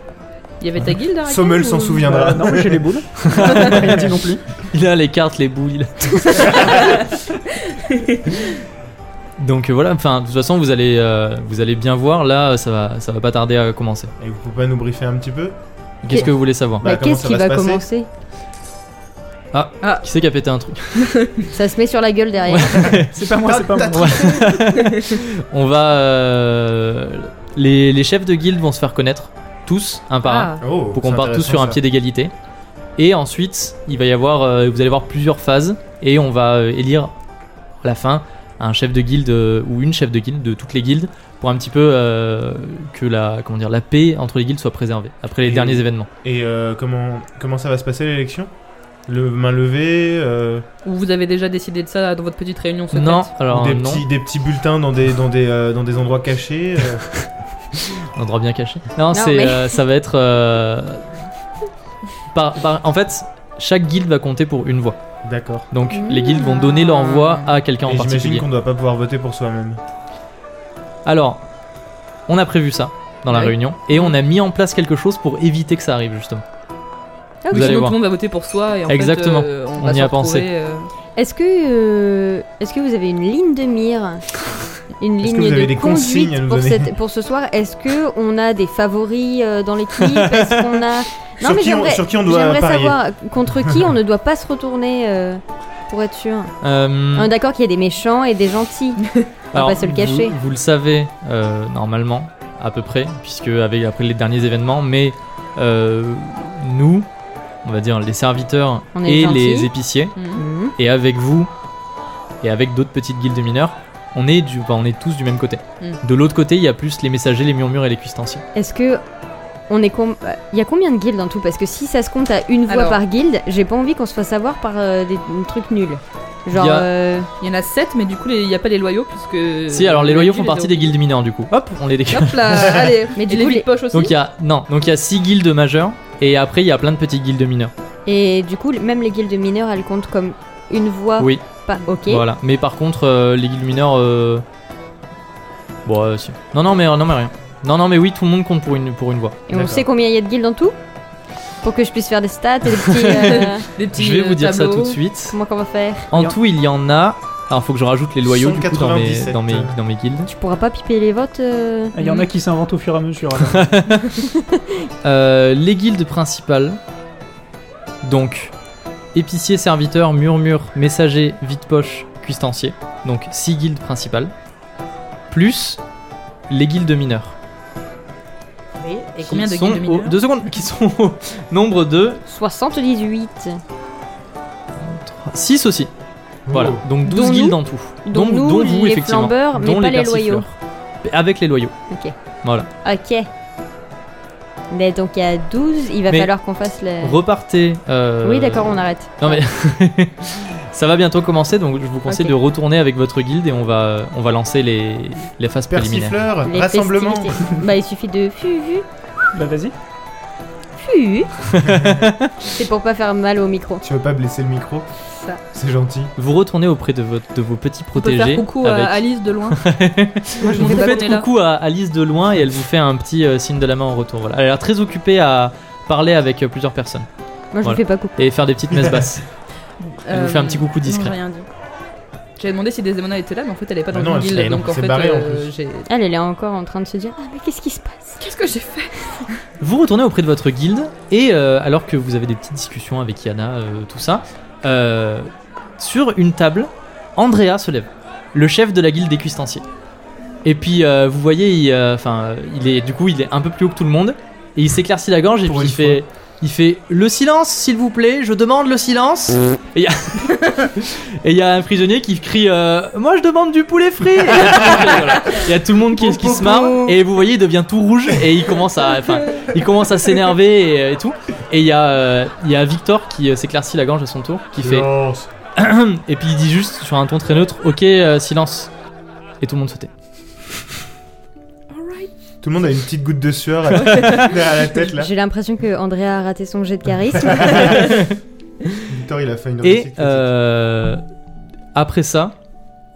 Il y avait ta guilde, Arachne, Sommel ou- s'en souviendra. Euh, non, mais j'ai les boules. Rien dit non plus. Il a les cartes, les boules. il a- Donc euh, voilà, enfin de toute façon vous allez euh, vous allez bien voir là, ça va ça va pas tarder à commencer. Et vous pouvez pas nous briefer un petit peu Qu'est-ce que vous voulez savoir Bah, Bah, comment qu'est-ce ça qui va se va, passer commencer Qui c'est qui a pété un truc Ça se met sur la gueule derrière. C'est pas moi, c'est pas moi. On va euh, les, les chefs de guilde vont se faire connaître tous un par un. Ah, Oh, pour c'est qu'on parte tous intéressant, sur un ça. pied d'égalité. Et ensuite, il va y avoir, euh, vous allez voir plusieurs phases, et on va euh, élire à la fin un chef de guilde euh, ou une chef de guilde de toutes les guildes pour un petit peu euh, que la comment dire la paix entre les guildes soit préservée après les Et- derniers événements. Et euh, comment, comment ça va se passer l'élection Le main levée euh, Ou vous avez déjà décidé de ça dans votre petite réunion secrète Ah Non, alors des, non, petits, des petits bulletins dans des, dans des, euh, dans des endroits cachés euh, un endroit bien caché. Non, c'est mais- euh, ça va être euh, par- par- en fait chaque guilde va compter pour une voix. D'accord. Donc les guildes vont donner leur voix à quelqu'un en Et j'imagine particulier. qu'on ne doit pas pouvoir voter pour soi-même. Alors, on a prévu ça dans la Ouais. réunion et on a mis en place quelque chose pour éviter que ça arrive justement. Ah Vous Oui, allez sinon, voir. tout le monde va voter pour soi et en Exactement. fait, euh, on, On va y se a pensé. retrouver, euh, Est-ce que, euh, est-ce que vous avez une ligne de mire Une Est-ce que ligne vous avez de des conduite consignes à nous pour, donner cette- pour ce soir Est-ce que on a des favoris euh, dans l'équipe Est-ce qu'on a Non sur, mais qui on, j'aimerais, sur qui on doit j'aimerais parier savoir contre qui on ne doit pas se retourner euh, pour être sûr. Euh, On est d'accord qu'il y a des méchants et des gentils. alors, pas se le cacher. Vous, vous le savez euh, normalement à peu près puisque avec après les derniers événements, mais euh, nous, on va dire les serviteurs On est et gentils. les épiciers hmm. Mhm. et avec vous et avec d'autres petites guildes de mineurs, on est du, enfin, on est tous du même côté. Hmm. Mm. De l'autre côté, il y a plus les messagers, les murmures et les cuistanciers. Est-ce que on est com- euh, Il y a combien de guildes en tout Parce que si ça se compte à une voix Alors. par guilde, j'ai pas envie qu'on se fasse savoir par euh, des trucs nuls. Genre, Il y a- euh, Il y en a 7, mais du coup, les- il n'y a pas les loyaux puisque. Si, alors les le loyaux guilde font est partie au- des guildes mineures du coup. Hop, on les dégage. Hop là, allez. Mais Mais du du les coup, vides les- poches aussi. Donc il y a non, donc il y a six guildes majeures et après il y a plein de petites guildes mineures. et du coup, même les guildes mineures, elles comptent comme une voix. Oui, Pas... Ah, Ok. voilà. Mais par contre euh, les guildes mineures euh... bon euh, si. Non non mais non mais rien. Non non mais oui, tout le monde compte pour une pour une voix. Et on D'accord. sait combien il y a de guildes en tout Pour que je puisse faire des stats et des petits. euh, Des petits Je vais vous euh, dire ça tableaux. tout de suite. Comment qu'on va faire En Bien. tout, il y en a alors faut que je rajoute les loyaux du coup dans mes 197. dans mes dans mes guildes. Tu pourras pas piper les votes euh, Il y en a qui s'inventent au fur et à mesure. alors. Euh, les guildes principales donc épicier, serviteur, murmure, messager, vide-poche, cuistancier. Donc six guildes principales plus les guildes mineures. Et combien de qui sont guildes au- mineurs Deux secondes, qui sont au nombre de 78. 6 aussi. Voilà, donc 12 Dont nous, guildes en tout. dont nous, vous, les effectivement. flambeurs, mais Dont pas les persifleurs. loyaux. Mais Avec les loyaux. Ok. Voilà. Ok. Mais donc il y a 12, il va Mais- falloir qu'on fasse le. Repartez. euh, Oui, d'accord, on arrête. Non mais. Ça va bientôt commencer, donc je vous conseille Ok. de retourner avec votre guilde et on va, on va lancer les, les phases préliminaires. Persifleur, Les rassemblement. festivités. bah, il suffit de fu fu Bah vas-y. fu. C'est pour pas faire mal au micro. Tu veux pas blesser le micro Ça. C'est gentil. Vous retournez auprès de, votre, de vos petits On peut protégés. faire coucou avec- à Alice de loin. Moi, je m'en Vous Bah, faites on est là. coucou à Alice de loin et elle vous fait un petit euh, signe de la main en retour. Voilà. Elle a l'air très occupée à parler avec euh, plusieurs personnes Moi, je Voilà. vous fais pas coucou. et faire des petites messes basses. Elle Euh, vous fait un petit coucou non, j'ai discret. rien dit. J'avais demandé si Desdemona était là, mais en fait elle est pas dans Ah Non, le elle guild, s'est- donc non, en s'est fait barrée, en euh, plus. j'ai- Elle, elle est encore en train de se dire Ah, mais qu'est-ce qui se passe Qu'est-ce que j'ai fait Vous retournez auprès de votre guilde et euh, alors que vous avez des petites discussions avec Yana, euh, tout ça, euh, sur une table, Andrea se lève, le chef de la guilde des cuistanciers. Et puis euh, vous voyez, il, euh, enfin, euh, il est du coup, il est un peu plus haut que tout le monde et il s'éclaircit la gorge et Pour puis il une fois. fait, il fait le silence, s'il vous plaît. Je demande le silence. Et il y a- et il y, a un prisonnier qui crie, euh, moi je demande du poulet frit. Et Il y a tout le monde qui- voilà. Il y a tout le monde qui, qui se marre et vous voyez, il devient tout rouge et il commence à, enfin, il commence à s'énerver et, et tout. Et il y a, euh, il y a Victor qui euh, s'éclaircit la gorge à son tour, qui fait, Silence. et puis il dit juste sur un ton très neutre, ok, euh, silence. Et tout le monde se tait. Alright. Tout le monde a une petite goutte de sueur à la, à la tête là. J'ai l'impression que Andrea a raté son jet de charisme. Victor, il a fait une Et réussite critique. euh, après ça,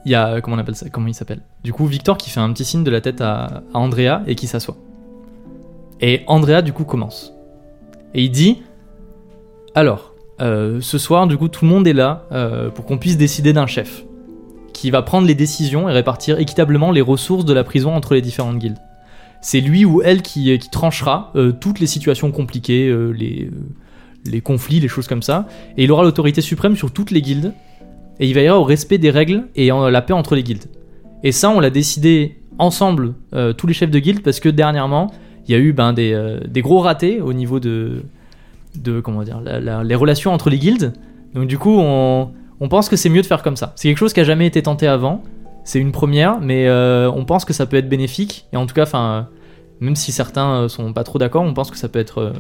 il y a euh, comment on appelle ça Comment il s'appelle Du coup, Victor qui fait un petit signe de la tête à, à Andrea et qui s'assoit. Et Andrea du coup commence. Et il dit alors euh, ce soir du coup tout le monde est là euh, pour qu'on puisse décider d'un chef qui va prendre les décisions et répartir équitablement les ressources de la prison entre les différentes guildes. C'est lui ou elle qui, qui tranchera euh, toutes les situations compliquées, euh, les, les conflits, les choses comme ça et il aura l'autorité suprême sur toutes les guildes, et il veillera au respect des règles et en, la paix entre les guildes. Et ça, on l'a décidé ensemble, euh, tous les chefs de guildes, parce que dernièrement, il y a eu ben, des, euh, des gros ratés au niveau de, de comment dire, la- la- les relations entre les guildes. Donc du coup, on, on pense que c'est mieux de faire comme ça. C'est quelque chose qui a jamais été tenté avant, c'est une première, mais euh, on pense que ça peut être bénéfique, et en tout cas, enfin, euh, même si certains euh, sont pas trop d'accord, on pense que ça peut être euh,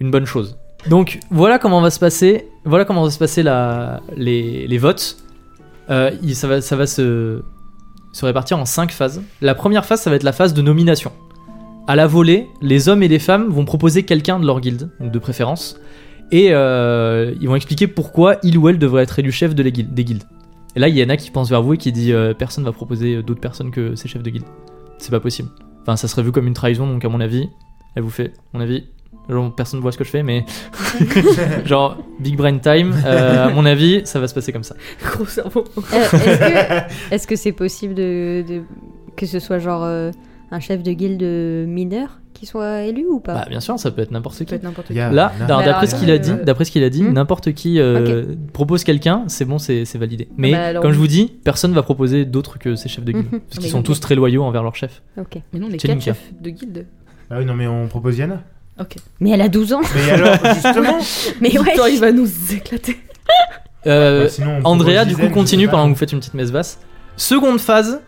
une bonne chose. Donc voilà comment va se passer, voilà comment va se passer la, les, les votes. Euh, il- ça va, ça va se, se répartir en cinq phases. La première phase, ça va être la phase de nomination. À la volée, les hommes et les femmes vont proposer quelqu'un de leur guilde, donc de préférence, et euh, ils vont expliquer pourquoi il ou elle devrait être élu chef de les guildes- des guildes. Et là, il y en a qui pense vers vous et qui dit euh, personne va proposer d'autres personnes que ces chefs de guilde. C'est pas possible. Enfin, ça serait vu comme une trahison, donc à mon avis, elle vous fait, à mon avis, genre, personne voit ce que je fais, mais Genre Big Brain Time, euh, à mon avis, ça va se passer comme ça. Gros cerveau. Euh, Est-ce que- est-ce que c'est possible de, de- que ce soit genre euh, un chef de guilde mineur qui soit élu ou pas Bah, bien sûr, ça peut être n'importe qui. peut être n'importe Il y a- Là, Ah, non. alors, d'après ce qu'il a euh, dit, d'après ce qu'il a dit, hmm. n'importe qui euh, propose quelqu'un, c'est bon, c'est c'est validé. Mais Bah, alors, comme je oui. vous dis, personne va proposer d'autres que ses chefs de guilde, Mhm. parce Mais qu'ils sont donc- tous très loyaux envers leur chef. Ok. Mais non, les C'est 4 Ninka. chefs de guilde. Ah oui, non, mais on propose Yana. Ok. Mais elle a 12 ans Mais alors, justement. Mais ouais Victor, il va nous éclater. Euh, Bah, sinon, on propose Andrea, du Gisèle, coup, je continue sais pas. pendant que vous faites une petite messe basse. Seconde phase,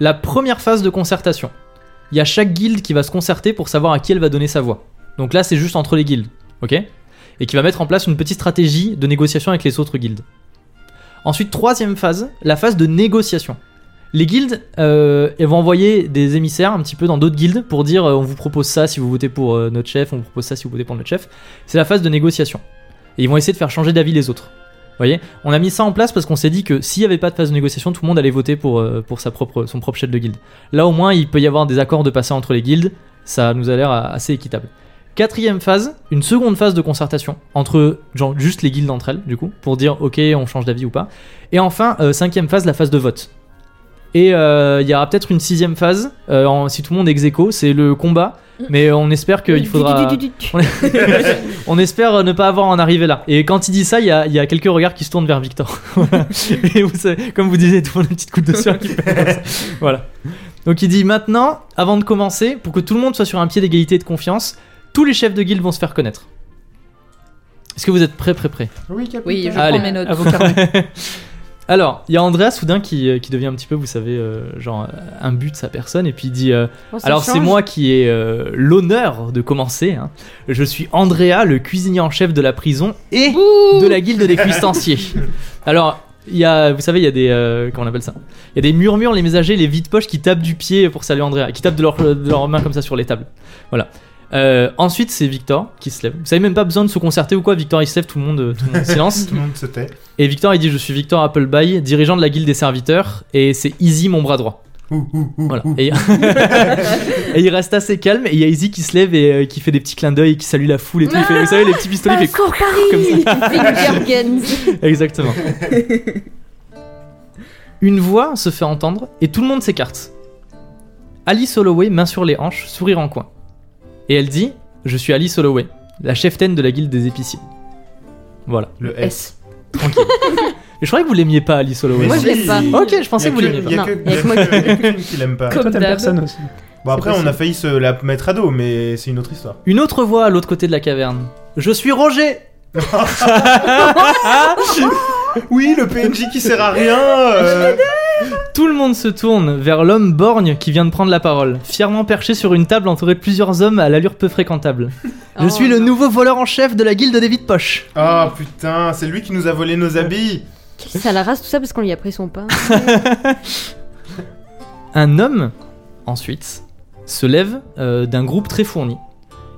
la première phase de concertation. Il y a chaque guilde qui va se concerter pour savoir à qui elle va donner sa voix. Donc là, c'est juste entre les guildes, ok Et qui va mettre en place une petite stratégie de négociation avec les autres guildes. Ensuite, troisième phase, la phase de négociation. Les guildes, euh, elles vont envoyer des émissaires un petit peu dans d'autres guildes pour dire euh, on vous propose ça si vous votez pour euh, notre chef, on vous propose ça si vous votez pour notre chef. C'est la phase de négociation. Et ils vont essayer de faire changer d'avis les autres. Vous voyez On a mis ça en place parce qu'on s'est dit que s'il n'y avait pas de phase de négociation, tout le monde allait voter pour, euh, pour sa propre, son propre chef de guilde. Là, au moins, il peut y avoir des accords de passer entre les guildes. Ça nous a l'air euh, assez équitable. Quatrième phase, une seconde phase de concertation entre genre, juste les guildes entre elles, du coup, pour dire ok, on change d'avis ou pas. Et enfin, euh, cinquième phase, la phase de vote. Et euh, il y aura peut-être une sixième phase, euh, en- si tout le monde ex aequo, c'est le combat. Mais on espère qu'il faudra. Mm. Du- du- du- du- du- On espère euh, ne pas avoir en arrivé là. Et quand il dit ça, il y a, il y a quelques regards qui se tournent vers Victor. Voilà. Et vous savez, comme vous disiez, tout le monde a une petite coupe de sueur qui passe. Voilà. Donc il dit maintenant, avant de commencer, pour que tout le monde soit sur un pied d'égalité et de confiance, tous les chefs de guilde vont se faire connaître. Est-ce que vous êtes prêts, prêts, prêts Oui, capitaine. Oui, je Allez. prends mes notes. À vos carnets. Alors, il y a Andrea soudain qui, euh, qui devient un petit peu, vous savez, euh, genre euh, un but de sa personne, et puis il dit euh, Bon, Oh, ça Alors c'est change. moi qui ai euh, l'honneur de commencer. hein. Je suis Andrea, le cuisinier en chef de la prison et de la guilde des cuistanciers. Alors il y a, vous savez, il y a des euh, comment on appelle ça Il y a des murmures, les messagers, les vides poches qui tapent du pied pour saluer Andrea, qui tapent de leur- de leurs mains comme ça sur les tables. Voilà. Euh, ensuite c'est Victor qui se lève. Vous savez même pas besoin de se concerter ou quoi. Victor il se lève, tout le monde, euh, tout le monde silence. Tout le monde se tait. Et Victor il dit je suis Victor Appleby, dirigeant de la guilde des serviteurs et c'est Easy mon bras droit. Ouh, ouh, ouh, Voilà. ouh. Et... Et il reste assez calme. Et il y a Izzy qui se lève et euh, qui fait des petits clins d'œil et qui salue la foule et tout. Il fait, vous savez, les petits pistolets, il fait Passe comme ça. Finger guns. Exactement. Une voix se fait entendre et tout le monde s'écarte. Alice Holloway, main sur les hanches, sourire en coin. Et elle dit Je suis Alice Holloway, la cheftaine de la guilde des épiciers. Voilà. Le S. S. Tranquille. Mais je croyais que vous l'aimiez pas, Alice Holloway. Moi, je l'aime pas. Ok, je pensais que vous l'aimiez Il y a pas. que Non, y a que moi Kim qui l'aime pas. Comme Toi, t'aimes d'hab. personne aussi. Bon, après, C'est on a failli se la mettre à dos, mais c'est une autre histoire. Une autre voix à l'autre côté de la caverne. Je suis Roger Oui, le PNJ qui sert à rien. euh, Tout le monde se tourne vers l'homme borgne qui vient de prendre la parole, fièrement perché sur une table entourée de plusieurs hommes à l'allure peu fréquentable. Je Oh, suis le non. nouveau voleur en chef de la guilde des vides poches. Ah putain, c'est lui qui nous a volé nos habits. Quelle sale race, tout ça parce qu'on lui a pris son pain. Un homme, ensuite, se lève euh, d'un groupe très fourni.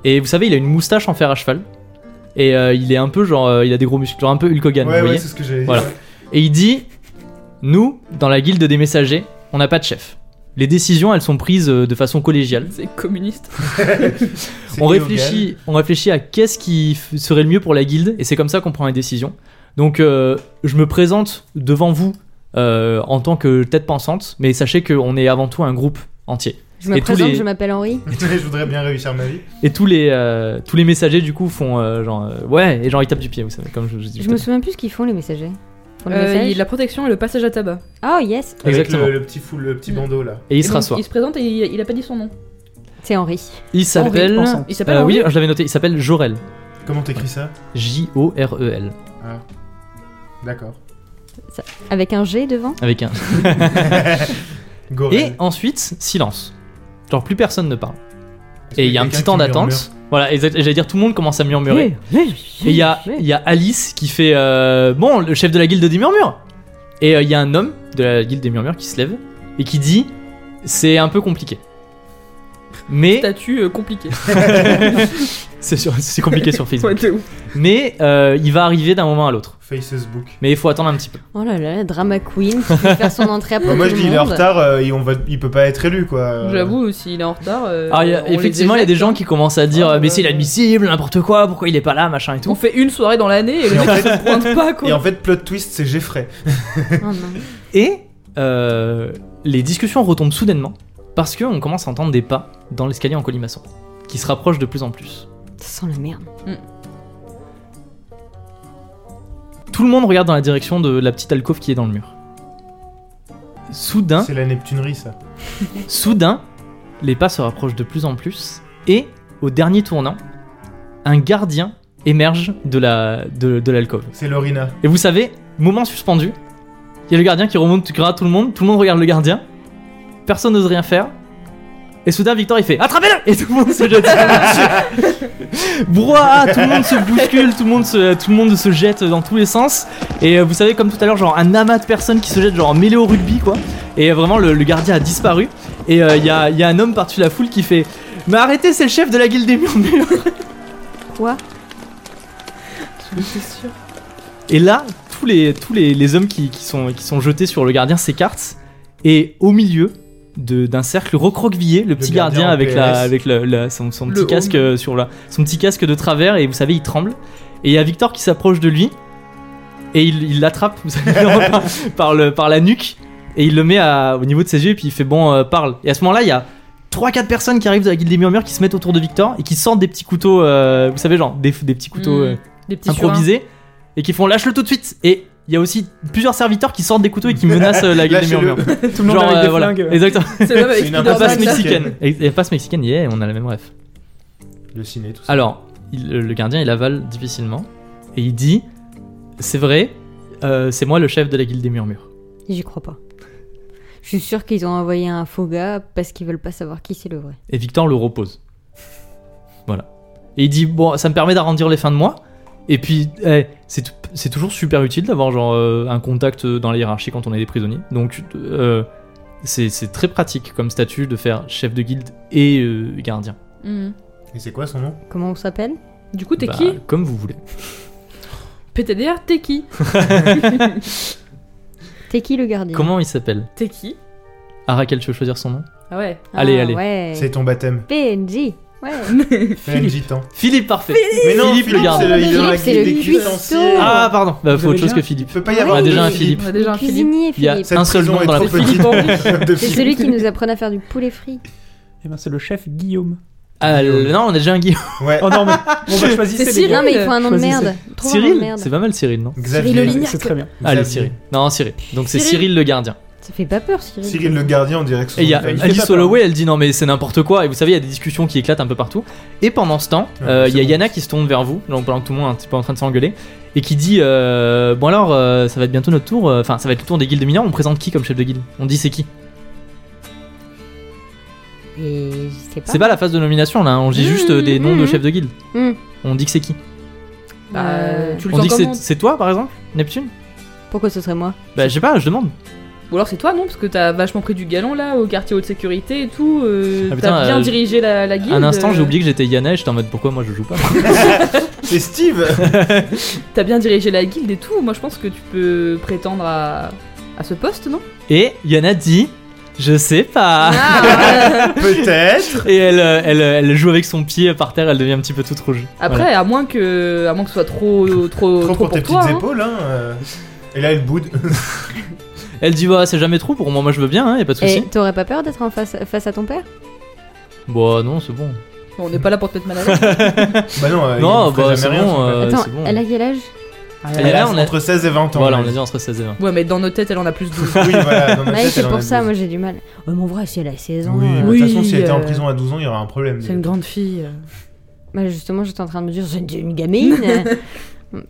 Et vous savez, il a une moustache en fer à cheval. Et euh, il est un peu genre, euh, il a des gros muscles, genre un peu Hulk Hogan, vous ouais, ouais, voyez c'est ce que j'avais dit. Voilà. Et il dit Nous, dans la guilde des messagers, on n'a pas de chef. Les décisions, elles sont prises euh, de façon collégiale. C'est communiste. C'est on Léogan. réfléchit, on réfléchit à qu'est-ce qui f- serait le mieux pour la guilde, et c'est comme ça qu'on prend les décisions. Donc, euh, je me présente devant vous euh, en tant que tête pensante, mais sachez qu'on est avant tout un groupe entier. Je me Et tous présente, les- je m'appelle Henri. Je voudrais bien réussir ma vie. Et tous les, euh, tous les messagers, du coup, font euh, genre, euh, ouais, et genre, ils tapent du pied, vous savez, comme je, je dis. Je me souviens plus ce qu'ils font les messagers. Ils font le Euh, message il- la protection et le passage à tabac. Oh yes, Exactement. Mm. Avec le, le petit fou, le petit bandeau là. Et il Et se donc, rassoit. Il se présente et il, il a pas dit son nom. c'est Henri. Il s'appelle. pensant. Il s'appelle Euh, oui, Henri je l'avais noté, il s'appelle Jorel. Comment t'écris ça J-O-R-E-L. D'accord. Avec un G devant. Avec un. Et Gorel. ensuite, silence. Genre, plus personne ne parle. Est-ce Et que il y a un quelqu'un petit temps qui d'attente. Voilà, exact. Et J'allais dire, tout le monde commence à murmurer. Et il y a, il y a Alice qui fait euh, Bon, le chef de la guilde des murmures Et euh, il y a un homme de la guilde des murmures qui se lève et qui dit C'est un peu compliqué. Mais Statut euh, compliqué. c'est sur- c'est compliqué sur Ouais, Facebook. de ouf. Mais euh, il va arriver d'un moment à l'autre. Facebookbook. Mais il faut attendre un petit Euh, peu. Oh là là, la drama queen qui veut faire son entrée après Bah, moi je tout le dis il est en monde. retard, euh, et on va, il peut pas être élu quoi. Euh, J'avoue, s'il est en retard. euh, Alors, Ah, il y a- on les effectivement, il y a des éjecte, gens hein. qui commencent à dire euh, Ah, Mais ouais, c'est inadmissible, n'importe quoi, pourquoi il est pas là, machin et On tout. fait une soirée dans l'année et le Et en mec fait- se pointe pas Et en quoi. fait, plot twist, c'est Geoffrey. Oh non. Et euh, les discussions retombent soudainement parce qu'on commence à entendre des pas dans l'escalier en colimaçon qui se rapprochent de plus en plus. Ça sent la merde. Tout le monde regarde dans la direction de la petite alcôve qui est dans le mur. Soudain, C'est la Neptunerie ça. soudain, les pas se rapprochent de plus en plus et, au dernier tournant, un gardien émerge de la de, de l'alcôve. C'est Lorina. Et vous savez, moment suspendu, il y a le gardien qui remonte grâce à tout le monde, tout le monde regarde le gardien, personne n'ose rien faire. Et soudain, Victor, il fait Attrapez-le Et tout le monde se jette. Brouhaha, tout le monde se bouscule, tout le monde se, tout le monde se jette dans tous les sens. Et euh, vous savez, comme tout à l'heure, genre un amas de personnes qui se jettent, genre mêlé au rugby, quoi. Et euh, vraiment, le, le gardien a disparu. Et euh, il y, a, il y a un homme par-dessus la foule qui fait Mais arrêtez, c'est le chef de la guilde des murmures Quoi C'est sûr. Et là, tous les, tous les, les hommes qui, qui sont, qui sont jetés sur le gardien s'écartent. Et au milieu de- d'un cercle recroquevillé, le petit gardien gardien, en avec, la, PLS. avec le- la- son, son Le petit home. casque euh, sur la, son petit casque de travers. Et vous savez, il tremble. Et il y a Victor qui s'approche de lui. Et il il l'attrape vous savez, par, par le, par la nuque. Et il le met à- au niveau de ses yeux. Et puis il fait Bon, euh, parle. Et à ce moment-là, il y a 3-4 personnes qui arrivent de la guilde des murmures qui se mettent autour de Victor. Et qui sortent des petits couteaux. euh, vous savez, genre des, des petits couteaux. Mmh. euh, Des petits improvisés et qui font lâche-le tout de suite. Et il y a aussi plusieurs serviteurs qui sortent des couteaux et qui menacent euh, la gueule des Lâchez-le. murmures. Tout le monde avec euh, des voilà. flingues. Exactement. surins. C'est le même avec C'est une Spider-Man, impasse passe là. mexicaine. mexicaine. Et, et passe mexicaine, yeah, on a la même ref. Le ciné, tout ça. Alors, il- euh, le gardien il avale difficilement et il dit C'est vrai, euh, c'est moi le chef de la guilde des murmures. J'y crois pas. Je suis sûre qu'ils ont envoyé un faux gars parce qu'ils veulent pas savoir qui c'est le vrai. Et Victor le repose. Voilà. Et il dit Bon, ça me permet d'arrondir les fins de mois. Et puis, eh, c'est tou- c'est toujours super utile d'avoir genre euh, un contact dans la hiérarchie quand on est des prisonniers. Donc, euh, c'est c'est très pratique comme statut de faire chef de guilde et euh, gardien. Mhm. Et c'est quoi son nom Comment on s'appelle Du coup, t'es Bah, qui Comme vous voulez. PTDR, t'es qui T'es qui le gardien Comment il s'appelle T'es qui Ah, Raquel, tu veux choisir son nom Ah ouais. Ah, Allez, allez. Ouais. C'est ton baptême. PNJ. Ouais. Ah, PNJ temps. Philippe, parfait. Mais non, Philippe, le gardien. c'est le, il est dans la Philippe, c'est guilde le des cuistot. cuistanciers. Ah, pardon. Bah, faut avez autre chose déjà que Philippe. Il peut pas y Ouais, avoir on a deux déjà un Philippe. On a déjà un Philippe. Cuisinier Il y a- Philippe. Cette Un seul prison nom dans la est trop prison. petite. de C'est Philippe. celui qui nous apprenait à faire du poulet frit. Eh ben, c'est le chef Guillaume. Ah, le- non, on a déjà un Guillaume. Ouais, Oh non, mais bon, bah, choisissez C'est les Cyril. gars. Non, mais il faut un nom de Choisissez. merde. Trouve un nom de Cyril merde. C'est pas mal Cyril, non Xavier. Cyril Olignac. C'est très bien. Allez, Xavier. Cyril. Non, Cyril. Donc c'est Cyril. Cyril le gardien. Ça fait pas peur, Cyril. Cyril le gardien, on dirait que son Et il y a nom de famille. fait pas Alice peur. Holloway, elle dit non mais c'est n'importe quoi. Et vous savez, il y a des discussions qui éclatent un peu partout. Et pendant ce temps, Ouais, euh, il y a c'est bon. Yana qui se tourne vers vous, donc pendant que tout le monde est un petit peu en train de s'engueuler, et qui dit euh, bon alors euh, ça va être bientôt notre tour. euh, Enfin ça va être le tour des guildes mineurs. On présente qui comme chef de guilde On dit c'est qui Et je sais pas. C'est pas la phase de nomination là. On dit Mmh, juste euh, des mmh, noms de mmh. chefs de guilde. Mmh. On dit que c'est qui Bah, Euh, tu le On sens dit que comment c'est- c'est toi par exemple, Neptune Pourquoi ce serait moi Bah je sais pas, je demande. Ou alors c'est toi, non Parce que t'as vachement pris du galon là, au quartier haute sécurité et tout. euh, Ah, putain, t'as bien euh, dirigé la, la guilde. Un instant, j'ai euh, oublié que j'étais Yana et j'étais en mode pourquoi moi je joue pas. C'est Steve T'as bien dirigé la guilde et tout. Moi, je pense que tu peux prétendre à, à ce poste, non Et Yana dit je sais pas. Ah, Peut-être Et elle, euh, elle, euh, elle joue avec son pied par terre, elle devient un petit peu toute rouge. Après, Voilà. à moins que, à moins que ce soit trop, trop, trop, Trop pour tes pour toi. petites hein. épaules, hein euh. Et là, elle boude. elle dit bah c'est jamais trop pour moi, moi je veux bien, hein, y a pas de Et souci. t'aurais pas peur d'être en face, face à ton père Bon non c'est bon. On n'est pas là pour te mettre mal à l'aise. Bah non, euh, non il ferait bah c'est jamais rien, bon. son père. euh, Attends, c'est bon. elle a quel âge Elle est Elle là, a on a- entre 16 et 20 ans. Voilà ouais. on a dit entre 16 et 20. ouais, mais dans nos têtes, elle en a plus 12. Oui, voilà. dans ma tête, Ouais, Ah, elle c'est en a pour ça, douze. moi j'ai du mal. Ouais, mais en vrai, si elle a 16 ans. Oui, mais euh, de toute façon, si elle était en euh, prison à 12 ans, il y aurait un problème. C'est une grande fille. euh. bah, justement, j'étais en train de me dire, c'est une gamine. Mm.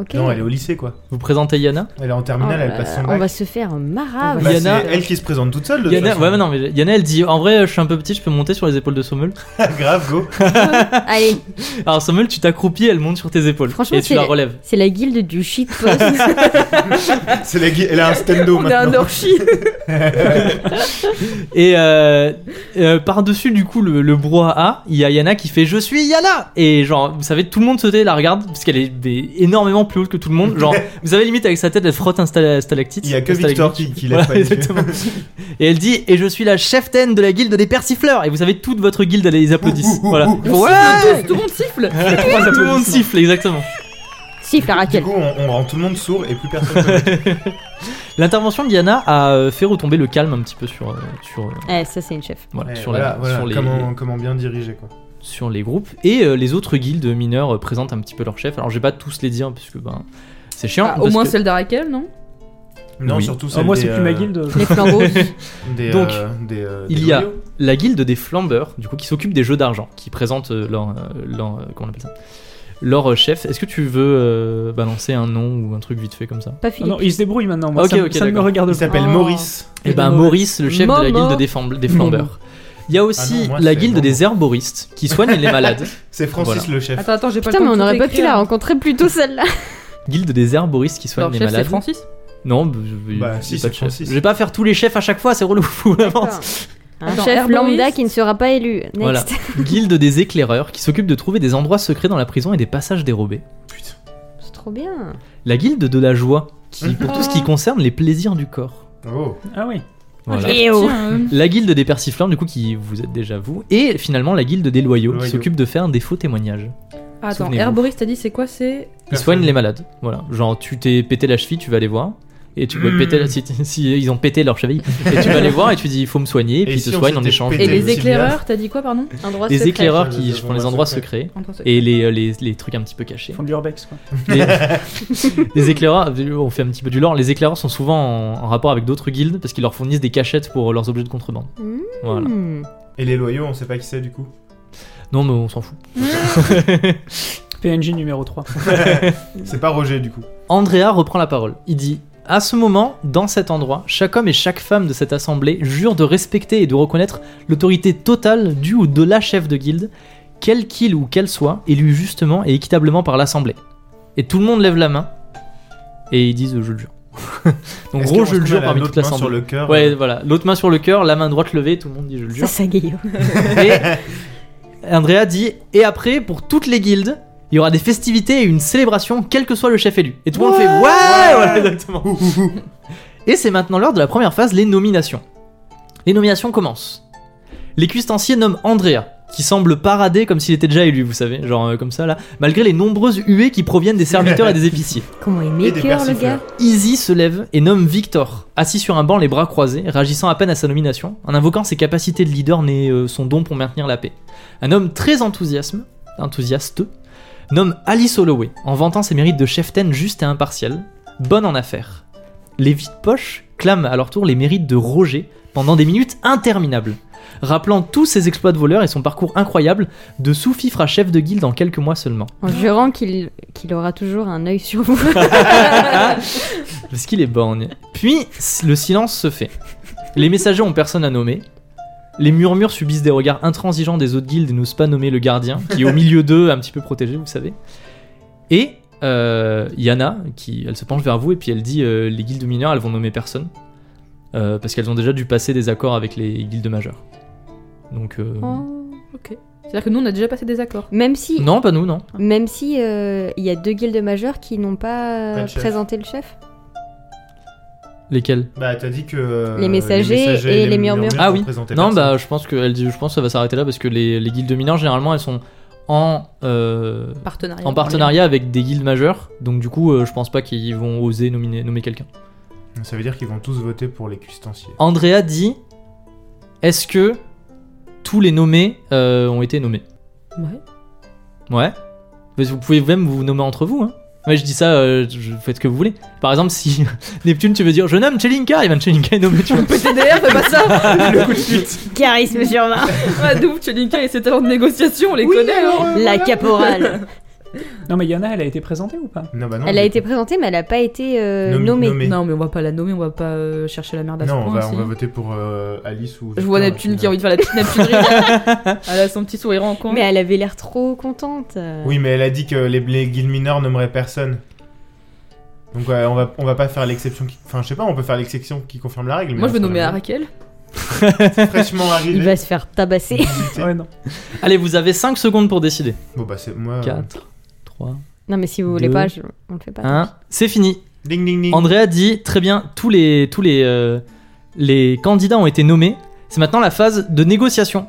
ok. Non, elle est au lycée, quoi. Vous présentez Yana Elle est en Oh terminale, elle là passe là, son on bac. va se faire On marave. va Bah, se- c'est Yana- elle qui se présente toute seule, de toute Yana, façon. ouais mais non mais Yana elle dit en vrai je suis un peu petit, je peux monter sur les épaules de Sommel. Grave, go. Allez, Alors Sommel tu t'accroupis, elle monte sur tes épaules Franchement, et tu c'est- la relèves. c'est la guilde du shitpost. C'est la gui- Elle a un stendo On est un Oh, maintenant. orchi. Et euh, euh, par-dessus, du coup, le, le brouhaha, il y a Yana qui fait Je suis Yana Et genre, vous savez, tout le monde sauter, la regarde, parce qu'elle est des- énormément plus haute que tout le monde. Genre, vous savez, limite, avec sa tête, elle frotte un stal- stalactite. Il y a que un stalagmite. Victor qui, qui l'a Voilà, pas les yeux. exactement. Et elle dit Et je suis la cheftaine de la guilde des persifleurs Et vous savez, toute votre guilde, elle les applaudisse. Ouh, ouh, ouh, voilà. ouh. Ils font, Ouais Tout le monde siffle. Tout le monde siffle, exactement. Siffle, Du Raquel. coup, on, on rend tout le monde sourd et plus personne. ne- L'intervention de Yana a euh, fait retomber le calme un petit peu sur, euh, sur, euh, Eh, ça, c'est une chef. voilà, Ouais, sur, voilà, la, voilà, sur les, comment, comment bien diriger, quoi. sur les groupes et euh, les autres guildes mineures euh, présentent un petit peu leur chef. Alors je vais pas tous les dire parce que ben c'est chiant. Ah, au parce moins que- celle d'Arakel, non Non, Oui. surtout Ah, celle moi, des, c'est plus euh, ma guilde. Les flambeaux. Des, Donc, euh, des, euh, il des y a- Loriot. la guilde des flambeurs, du coup, qui s'occupe des jeux d'argent, qui présente euh, leur, euh, leur, euh, comment on appelle ça leur euh, chef. Est-ce que tu veux euh, balancer un nom ou un truc vite fait comme ça pas Ah Philippe. non, il se débrouille maintenant. Moi, Ok, ça, me- ok, ça ne me d'accord. regarde Il pas. s'appelle Oh. Maurice. Et ben Maurice. Maurice, le chef de la Momo. guilde des, flamb- des flambeurs. Il y a aussi Ah non, moi, la c'est guilde Momo. des herboristes qui soignent les malades. C'est Francis Voilà. le chef. Attends, attends, j'ai pas Putain, le mais temps de on tout aurait pas pu hein. écrire. la rencontrer plus tôt, celle-là. Guilde des herboristes qui soignent Leur les chef, c'est malades. Francis. Non, bah, je- Bah, j'ai si, pas c'est de chef. Francis. Je vais pas faire tous les chefs à chaque fois, c'est relou, vous l'avance. Un Attends, chef herboriste. lambda qui ne sera pas élu. Next. Voilà. Guilde des éclaireurs qui s'occupe de trouver des endroits secrets dans la prison et des passages dérobés. Putain. C'est trop bien. La guilde de la joie qui pour tout ce qui concerne les plaisirs du corps. Oh. Ah oui. Voilà. Et oh. Tiens, euh, La guilde des persifleurs du coup qui vous êtes déjà vous et finalement la guilde des loyaux qui Loyaux. s'occupe de faire des faux témoignages. Attends, Souvenez-vous. Herboris, t'as dit c'est quoi C'est Ils Personne. soignent les malades. Voilà, genre tu t'es pété la cheville, tu vas les voir. Et tu peux Mm. péter la- si, si ils ont pété leur cheville et tu vas les voir et tu dis il faut me soigner et puis Et ils si te on soignent en s'était échange. pété Et de- le les Sylvia. éclaireurs, t'as dit quoi, pardon Endroit Les secret. éclaireurs Des qui endroits font les endroits secrets. secrets et les, euh, les, les trucs un petit peu cachés. Ils font du urbex, quoi. Les, les éclaireurs, on fait un petit peu du lore, les éclaireurs sont souvent en, en rapport avec d'autres guildes parce qu'ils leur fournissent des cachettes pour leurs objets de contrebande. Hmm. Mmh. Voilà. Et les loyaux, on sait pas qui c'est du coup. Non, mais on s'en fout. Hmm. PNJ numéro 3. C'est pas Roger du coup. Andrea reprend la parole. Il dit À ce moment, dans cet endroit, chaque homme et chaque femme de cette assemblée jure de respecter et de reconnaître l'autorité totale du ou de la chef de guilde, quel qu'il ou qu'elle soit, élu justement et équitablement par l'assemblée. Et tout le monde lève la main et ils disent Je le jure. Donc, Est-ce gros, qu'on je le se jure met la parmi l'autre toute main l'assemblée. sur le cœur. euh Ouais, voilà, l'autre main sur le cœur, la main droite levée, tout le monde dit je le Ça, jure. ça Gaillot. Et Andrea dit et après pour toutes les guildes, il y aura des festivités et une célébration quel que soit le chef élu. Et tout le monde fait ouais, voilà, exactement. Ouh, ouh, ouh. Et c'est maintenant l'heure de la première phase, les nominations. Les nominations commencent. Les cuistanciers nomment Andrea, qui semble parader comme s'il était déjà élu, vous savez, genre euh, comme ça là, malgré les nombreuses huées qui proviennent des serviteurs et des épiciers. Comment il Et des m'écœure le persifleurs. gars Easy se lève et nomme Victor, assis sur un banc les bras croisés, réagissant à peine à sa nomination, en invoquant ses capacités de leader nées euh, son don pour maintenir la paix. Un homme très enthousiasme, enthousiaste nomme Alice Holloway, en vantant ses mérites de cheftaine juste et impartiale, bonne en affaires. Les vides poches clament à leur tour les mérites de Roger pendant des minutes interminables, rappelant tous ses exploits de voleur et son parcours incroyable de sous-fifre à chef de guilde en quelques mois seulement. En jurant qu'il qu'il aura toujours un œil sur vous. Parce qu'il est borgne. Puis, le silence se fait. Les messagers ont personne à nommer. Les murmures subissent des regards intransigeants des autres guildes et n'osent pas nommer le gardien, qui est au milieu d'eux, un petit peu protégé, vous savez. Et euh, Yana, qui, elle se penche vers vous et puis elle dit euh, les guildes mineures, elles vont nommer personne. Euh, parce qu'elles ont déjà dû passer des accords avec les guildes majeures. Donc. euh, Oh. ok. C'est-à-dire que nous, on a déjà passé des accords. Même si, Non, pas nous, non. même si euh, il y a deux guildes majeures qui n'ont pas, Pas euh, de chef. présenté le chef. Lesquelles Bah, t'as dit que. euh, Les messagers et les murmures. Ah oui. représentaient Non, personne. bah je pense que elle dit, je pense que ça va s'arrêter là parce que les, les guildes mineures généralement elles sont en euh, Partenariat. en partenariat avec des guildes majeures, donc du coup euh, je pense pas qu'ils vont oser nominer, nommer quelqu'un. Ça veut dire qu'ils vont tous voter pour les cuistanciers. Andrea dit Est-ce que tous les nommés euh, ont été nommés Ouais. Ouais. Mais vous pouvez même vous nommer entre vous, hein. Ouais, je dis ça, euh, je, faites ce que vous voulez. Par exemple, si Neptune, tu veux dire je nomme Chelinka, et ben Chelinka est nommé, tu vois. TDR, fais pas ça Le coup de suite Charisme sur 20 Ah, de ouf, Chelinka et ses talents de négociation, on les connaît hein. La caporale Non, mais Yana, elle a été présentée ou pas Non, bah non. Elle a mais- été présentée, mais elle n'a pas été euh, Nomi- nommée. nommée. Non, mais on va pas la nommer, on va pas euh, chercher la merde à Non, ce on point. va, si. on va voter pour euh, Alice ou. Je vois Victor, Neptune au qui a final. envie de faire la petite Neptunerie. Elle a son petit sourire en coin. Mais elle avait l'air trop contente. euh. Oui, mais elle a dit que les, les guildes mineures nommeraient personne. Donc, ouais, on va, on va pas faire l'exception qui. Enfin, je sais pas, on peut faire l'exception qui confirme la règle. mais Moi, on je vais sera nommer jamais Raquel. Fraîchement Il arrivé. va se faire tabasser. Ouais, non. Allez, vous avez 5 secondes pour décider. Bon, bah, c'est moi. euh, 4, 3, Non, mais si vous voulez Deux. pas, je- on le fait Hein pas. 1. C'est fini. euh, Ding, ding, ding. Andrea dit très bien, tous les, tous les, euh, les candidats ont été nommés. C'est maintenant la phase de négociation,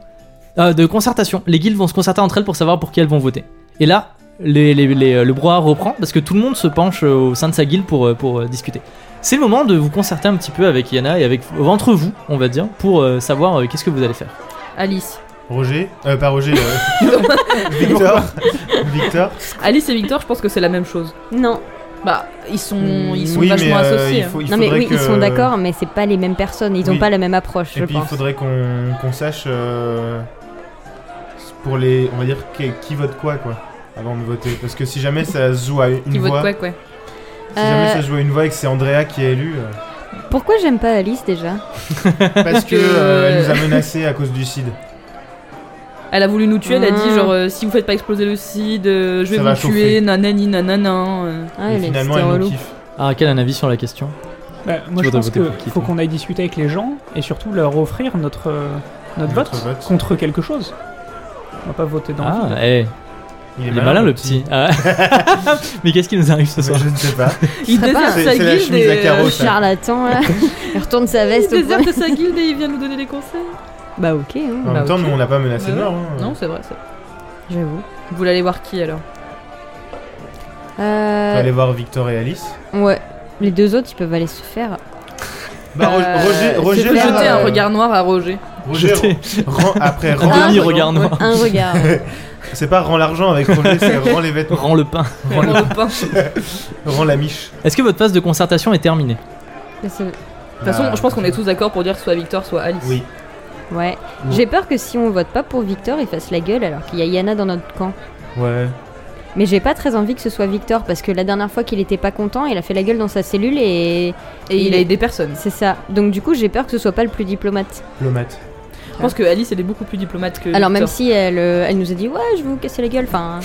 euh, de concertation. Les guildes vont se concerter entre elles pour savoir pour qui elles vont voter. Et là, les- les- les- euh, le brouhaha reprend parce que tout le monde se penche euh, au sein de sa guilde pour, euh, pour euh, discuter. C'est le moment de vous concerter un petit peu avec Yana et avec entre vous, on va dire, pour euh, savoir euh, qu'est-ce que vous allez faire. Alice. Roger. Euh, pas Roger. euh, Victor. Victor. Alice et Victor, je pense que c'est la même chose. Non, Bah, ils Hmm. sont, ils sont oui, mais, vachement euh, associés. hein. il faut- il non mais faudrait oui, que- ils sont d'accord, mais c'est pas les mêmes personnes. Ils ont Oui. pas la même approche, Et je puis il pense. faudrait qu'on qu'on sache euh, pour les, on va dire qui, qui vote quoi quoi avant de voter. Parce que si jamais ça se joue à une Qui vote voix, quoi, quoi. si jamais Euh, ça se joue à une voix et que c'est Andrea qui est élue, euh, Pourquoi j'aime pas Alice déjà parce que que, euh, elle euh, nous a menacés à cause du CID. Elle a voulu nous tuer, elle a dit Ah. genre euh, si vous faites pas exploser le CID, euh, je vais Ça va vous tuer, chauffer. nanani nanana. euh. Ah, et elle est- finalement c'était elle nous relou. kiffe. Ah, quel est un avis sur la question Bah, moi, Tu je voudrais pense voter qu'il pour qui, faut toi qu'on aille discuter avec les gens et surtout leur offrir notre, euh, notre, Notre vote, vote. contre quelque chose. On va pas voter dans le Ah, vide. eh, Il il est malin le petit. Ah. Mais qu'est-ce qui nous arrive ce Mais soir Je ne sais pas. Il serait pas- déserte C'est- sa c'est la guilde chemise à et, carreaux, euh, Le ça. charlatan là, il retourne sa il veste au point. déserte sa guilde et il vient nous donner des conseils. Bah ok, hein, En Bah, même temps, ok. nous on l'a pas menacé de Bah, mort. hein. Non, c'est vrai. c'est vrai. j'avoue. Vous voulez aller voir qui alors On Euh, va aller voir Victor et Alice. Ouais, les deux autres ils peuvent aller se faire. Bah, Ro- Euh, Roger, Roger, Jeter là, un euh, regard noir à Roger. Roger, Jeter rend après rend. un l'argent. demi-regard noir, Un regard. C'est pas rend l'argent avec Roger, c'est rend les vêtements, rend le pain. Prends le pain. De rend la miche. Est-ce que votre phase de concertation est terminée Mais c'est- De toute façon, je pense qu'on est tous d'accord pour dire soit Victor, soit Alice. Bah. Oui. ouais. J'ai peur que si on vote pas pour Victor, il fasse la gueule alors qu'il y a Yana dans notre camp. Ouais. Mais j'ai pas très envie que ce soit Victor parce que la dernière fois qu'il était pas content, il a fait la gueule dans sa cellule et Et il a aidé personne. C'est ça. Donc du coup, j'ai peur que ce soit pas le plus diplomate. Diplomate. Je pense que Alice, elle est beaucoup plus diplomate que. Alors même Victor. si elle, euh, elle nous a dit ouais, je vais vous casser la gueule. Enfin,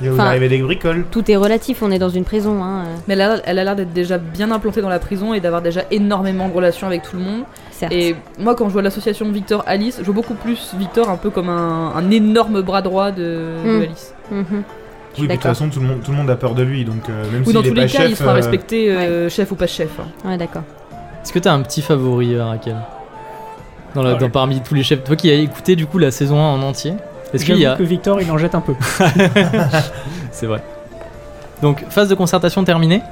Il va vous Enfin- arriver des bricoles. tout est relatif. On est dans une prison. Hein. euh, Mais elle a- elle a l'air d'être déjà bien implantée dans la prison et d'avoir déjà énormément de relations avec tout le monde. certes. Et moi, quand je vois l'association Victor-Alice, je vois beaucoup plus Victor un peu comme un, un énorme bras droit de, de Mm. Alice. Mhm. Oui, mais de toute d'accord. façon, tout le, monde, tout le monde a peur de lui, donc euh, même Ou s'il dans est tous pas les cas, chef, il sera euh, respecté euh, chef ou pas chef. hein. Ouais, d'accord. Est-ce que t'as un petit favori, euh, Raquel dans la- dans- parmi tous les chefs. Toi qui as écouté du coup la saison 1 en entier, est-ce qu'il y J'avoue a. que Victor, il en jette un peu. C'est vrai. Donc, phase de concertation terminée.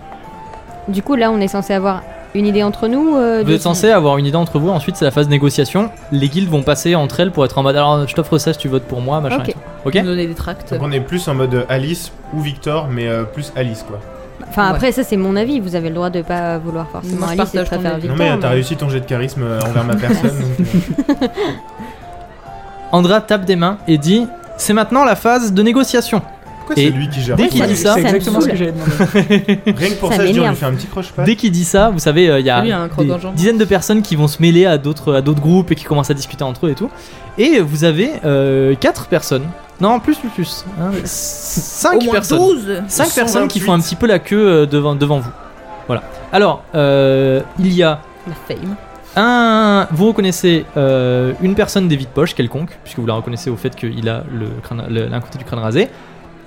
Du coup, là, on est censé avoir une idée entre nous. euh, Vous de- êtes censé avoir une idée entre vous. Ensuite, c'est la phase négociation. Les guildes vont passer entre elles pour être en mode alors je t'offre ça si tu votes pour moi, machin. Ok. et tout. Ok Nous donner des tracts. Donc on est plus en mode euh, Alice ou Victor, mais euh, plus Alice quoi. Enfin, Ouais. après, ça, c'est mon avis. Vous avez le droit de pas vouloir forcément Moi, je Alice et de partage ton préférer avis. Victor. non mais t'as mais- réussi ton jet de charisme euh, envers ma personne. donc, euh, Andra tape des mains et dit C'est maintenant la phase de négociation. pourquoi Et c'est lui qui gère dès tout qu'il ça dit ça- C'est me exactement ce saoule. que j'avais demandé. Rien que pour ça ça, je dis on lui m'énerve. fait un petit croche-pas. Dès qu'il dit ça, vous savez, euh, il y a Lui, un croc des dans le jambon. dizaines de personnes qui vont se mêler à d'autres à d'autres groupes et qui commencent à discuter entre eux et tout. Et vous avez euh, quatre personnes. Non, plus, plus, plus. Hein, Au cinq moins personnes. 12 5 personnes qui 128. font un petit peu la queue euh, devant, devant vous. Voilà. Alors, euh, il y a La fame. un. Vous reconnaissez euh, une personne des vides poches quelconque, puisque vous la reconnaissez au fait qu'il a le crâne- le- l'un côté du crâne rasé.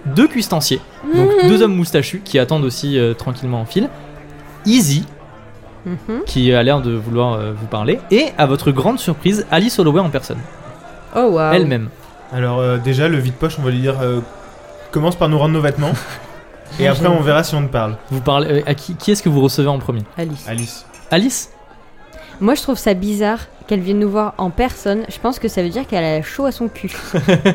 Deux cuistanciers, donc Mmh. deux hommes moustachus qui attendent aussi euh, tranquillement en file. Easy, Mhm. qui a l'air de vouloir euh, vous parler. Et à votre grande surprise, Alice Holloway en personne, Oh waouh. elle-même. Alors euh, déjà le vide-poche, on va lui dire euh, commence par nous rendre nos vêtements. Et après on verra si on te parle. Vous parlez. euh, à qui, qui est-ce que vous recevez en premier Alice. Alice. Alice Moi, je trouve ça bizarre qu'elle vienne nous voir en personne. Je pense que ça veut dire qu'elle a chaud à son cul.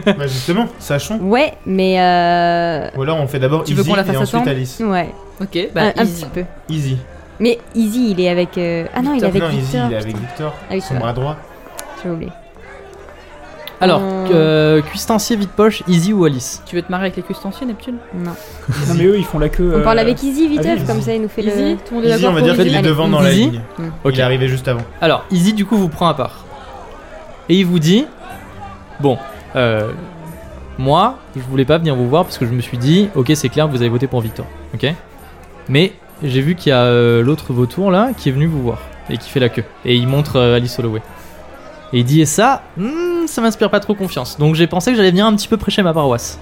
bah justement, sachons. Ouais, mais. euh, Ou alors on fait d'abord Tu veux Easy qu'on la et fasse ensuite attendre Alice. Ouais, Ok, bah Euh, un, un easy. petit peu. Easy. Mais Easy, il est avec. euh, Ah non, il est avec non, Easy, Victor. il est avec Victor. Ah oui, c'est Son vrai, bras droit. j'ai oublié. Alors, Euh. euh, cuistancier vide poche, Easy ou Alice Tu veux te marier avec les custanciers, Neptune Non. Non, mais eux, ils font la queue. On euh, parle avec Easy vite, allez, fait, comme Easy. ça, il nous fait Easy, le. tout le monde est Easy, d'accord on va dire pour qu'il est Allez, devant dans la Easy. ligne. Ok. Il est arrivé juste avant. Alors, Izzy, du coup, vous prend à part. Et il vous dit Bon, euh, moi, je voulais pas venir vous voir parce que je me suis dit Ok, c'est clair, vous avez voté pour Victor. Ok Mais j'ai vu qu'il y a euh, l'autre vautour là qui est venu vous voir et qui fait la queue. Et il montre euh, Alice Holloway. Et il dit Et ça, hmm, ça m'inspire pas trop confiance. Donc j'ai pensé que j'allais venir un petit peu prêcher ma paroisse.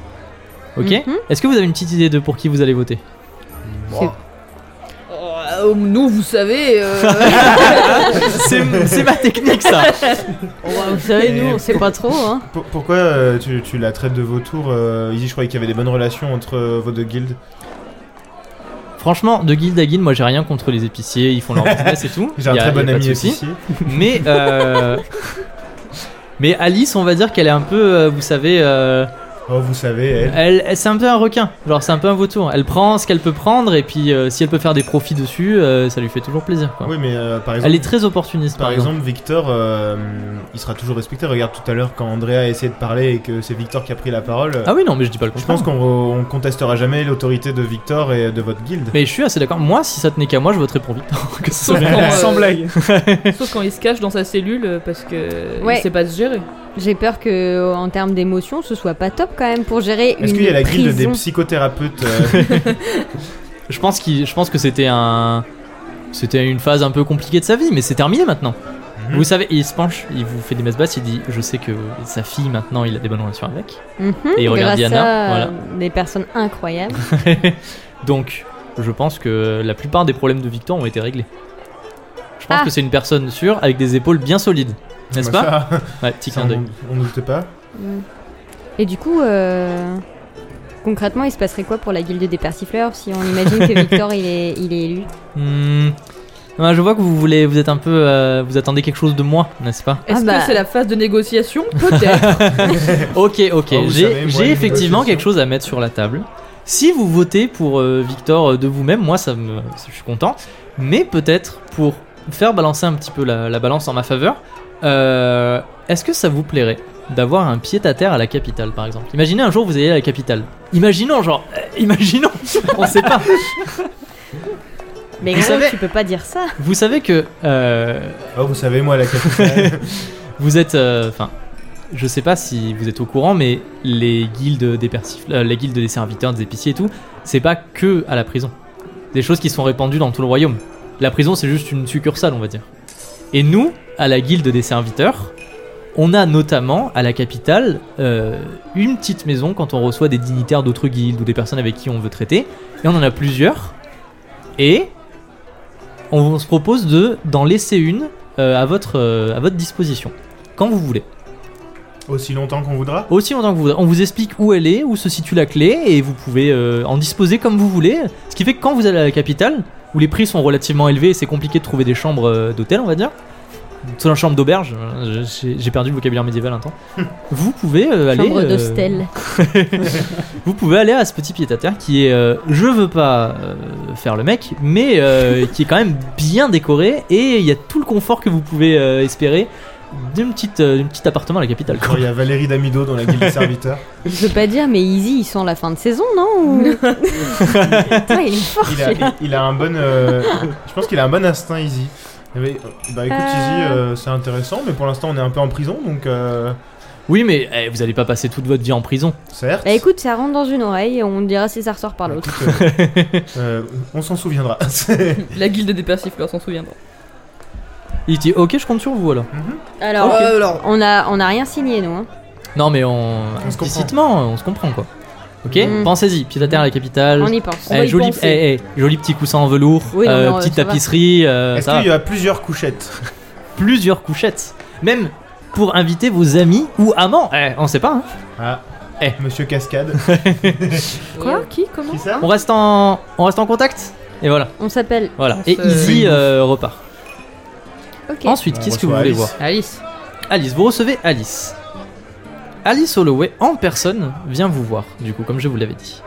Ok Mhm. Est-ce que vous avez une petite idée de pour qui vous allez voter Bon. Oh, euh, nous, vous savez, euh, C'est c'est ma technique ça Oh, Vous savez, nous, on sait pas trop, hein. Pour- Pourquoi euh, tu, tu la traites de vautour euh, Easy, je croyais qu'il y avait des bonnes relations entre euh, vos deux guildes. Franchement, de guilde à guilde, moi j'ai rien contre les épiciers, ils font leur business et tout. J'ai un Y a- très y a bon pas de ami souci. épicier. Mais, euh, mais Alice, on va dire qu'elle est un peu, euh, vous savez, euh, Oh, vous savez, elle. elle, elle- c'est un peu un requin, genre c'est un peu un vautour. Elle prend ce qu'elle peut prendre et puis euh, si elle peut faire des profits dessus, euh, ça lui fait toujours plaisir. quoi. Oui, mais euh, par exemple, Elle est très opportuniste par exemple, Victor, euh, il sera toujours respecté. Regarde tout à l'heure quand Andrea a essayé de parler et que c'est Victor qui a pris la parole. Ah oui, non, mais je dis pas le je contraire. pense qu'on re- on contestera jamais l'autorité de Victor et de votre guilde. Mais je suis assez d'accord. Moi, si ça tenait qu'à moi, je voterais pour Victor. que ce soit- Sauf quand, euh, Sans blague. sauf quand il se cache dans sa cellule euh, parce que Ouais. il sait pas se gérer. J'ai peur que, en termes d'émotion, ce soit pas top quand même pour gérer une. Est-ce qu'il y a la guilde des prison. psychothérapeutes euh, Je pense, qu'il- je pense que c'était un. C'était une phase un peu compliquée de sa vie, mais c'est terminé maintenant. mhm. Vous savez, il se penche, il vous fait des messes basses, il dit Je sais que sa fille maintenant il a des bonnes relations avec. Mhm, Et il regarde grâce Diana, à, voilà. euh, des personnes incroyables. Donc, je pense que la plupart des problèmes de Victor ont été réglés. Je pense Ah. que c'est une personne sûre avec des épaules bien solides, n'est-ce Bah, pas ça, Ouais, petit ça, clin d'œil. on, on ne doutait pas. Mm. Et du coup, euh, concrètement, il se passerait quoi pour la guilde des persifleurs si on imagine que Victor il est, il est élu Hmm. Ouais, je vois que vous voulez, vous êtes un peu, euh, vous attendez quelque chose de moi, n'est-ce pas Est-ce bah. que c'est la phase de négociation Peut-être. Ok, ok. Ah, vous J'ai- savez, moi, J'ai une effectivement négociation. quelque chose à mettre sur la table. Si vous votez pour euh, Victor euh, de vous-même, moi, ça me, je suis content. Mais peut-être pour faire balancer un petit peu la, la balance en ma faveur, euh, est-ce que ça vous plairait d'avoir un pied à terre à la capitale, par exemple Imaginez un jour vous allez à la capitale. Imaginons, genre, euh, imaginons. On sait pas. Mais Vous gros, savez- tu peux pas dire ça. Vous savez que euh, Oh, vous savez, moi, la capitale. Vous êtes, euh, enfin, je sais pas si vous êtes au courant, mais les guildes des persif- euh, les guildes des serviteurs, des épiciers et tout, c'est pas que à la prison. Des choses qui sont répandues dans tout le royaume. La prison, c'est juste une succursale, on va dire. Et nous, à la guilde des serviteurs, on a notamment à la capitale euh, une petite maison quand on reçoit des dignitaires d'autres guildes ou des personnes avec qui on veut traiter. Et on en a plusieurs. Et on se propose de d'en laisser une euh, à, votre, euh, à votre disposition. quand vous voulez. Aussi longtemps qu'on voudra Aussi longtemps que vous voudrez. On vous explique où elle est, où se situe la clé, et vous pouvez euh, en disposer comme vous voulez. Ce qui fait que quand vous allez à la capitale, où les prix sont relativement élevés et c'est compliqué de trouver des chambres euh, d'hôtel, on va dire, sur la chambre d'auberge, euh, j'ai j'ai perdu le vocabulaire médiéval un temps, vous pouvez euh, aller. Chambre euh, d'hostel. vous pouvez aller à ce petit pied-à-terre qui est, euh, je veux pas euh, faire le mec, mais euh, qui est quand même bien décoré et il y a tout le confort que vous pouvez euh, espérer d'un petit petite appartement à la capitale. quoi. Quand il y a Valérie Damido dans la guilde des serviteurs, Je veux pas dire, mais Easy, il sent la fin de saison, non Ou- Putain, il est fort. il a, il, il a un bon. euh, je pense qu'il a un bon instinct, Easy. Eh ben, Bah écoute, Easy, euh, c'est intéressant, mais pour l'instant on est un peu en prison, donc euh, Oui, mais eh, vous allez pas passer toute votre vie en prison. certes. Bah, Bah écoute, ça rentre dans une oreille et on dira si ça ressort par l'autre. Écoute, euh, euh, on s'en souviendra. C'est- La guilde des persifleurs s'en souviendra. Il dit ok, je compte sur vous alors. Mhm. Alors, Ok. euh, alors, on a, on a rien signé, nous. hein. Non, mais on, On se comprend. explicitement, on se comprend quoi. Ok, Mhm. Mm. pensez-y. Pied-à-terre à la capitale. On y pense. eh, va y joli, penser. eh, eh, joli petit coussin en velours, euh, Oui, non, mais on- petite ça va. tapisserie, euh, Est-ce ça va. qu'il y a plusieurs couchettes plusieurs couchettes, même pour inviter vos amis ou amants. Eh, on sait pas. hein. Ah, Eh. Monsieur Cascade. Quoi euh, Qui Comment Qui ça On reste en, on reste en contact. Et voilà, On s'appelle. voilà. On Et se- Easy euh, repart. Ok. Ensuite, On qu'est-ce que vous reçoit voulez Alice. voir Alice. Alice, vous recevez Alice. Alice Holloway en personne vient vous voir. Du coup, comme je vous l'avais dit.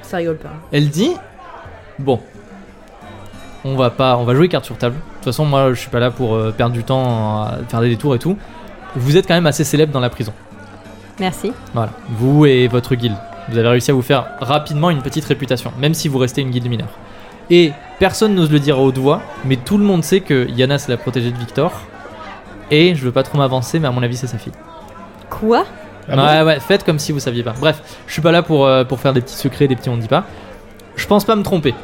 Ça rigole pas. Elle dit Bon, on va pas, on va jouer carte sur table. De toute façon, moi, je suis pas là pour euh, perdre du temps à faire des détours et tout. Vous êtes quand même assez célèbre dans la prison. Merci. Voilà, vous et votre guilde. Vous avez réussi à vous faire rapidement une petite réputation, même si vous restez une guilde mineure. Et personne n'ose le dire à haute voix, mais tout le monde sait que Yana c'est la protégée de Victor. Et je veux pas trop m'avancer, mais à mon avis c'est sa fille. Quoi Ah bon ouais, ouais, faites comme si vous saviez pas. Bref, je suis pas là pour, euh, pour faire des petits secrets, des petits on ne dit pas. Je pense pas me tromper.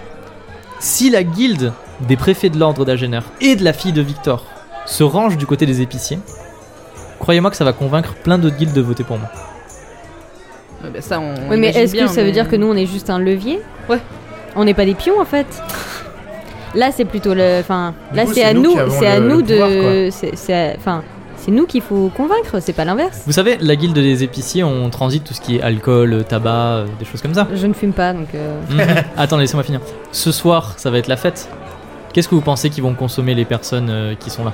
Si la guilde des préfets de l'ordre d'Agener et de la fille de Victor se range du côté des épiciers, croyez-moi que ça va convaincre plein d'autres guildes de voter pour moi. Ouais, bah, ça, on Oui, mais imagine est-ce que bien, ça veut mais- dire que nous, on est juste un levier Ouais. On n'est pas des pions, en fait. Là, c'est plutôt le. Enfin, Du là, coup, c'est c'est à nous nous. qui avons C'est à le- nous le pouvoir, de. c'est- c'est à- Enfin, c'est nous qu'il faut convaincre. C'est pas l'inverse. Vous savez, la guilde des épiciers, on transite tout ce qui est alcool, euh, tabac, euh, des choses comme ça. Je ne fume pas, donc. euh, Mhm. Attends, laissez-moi finir. Ce soir, ça va être la fête. Qu'est-ce que vous pensez qu'ils vont consommer les personnes euh, qui sont là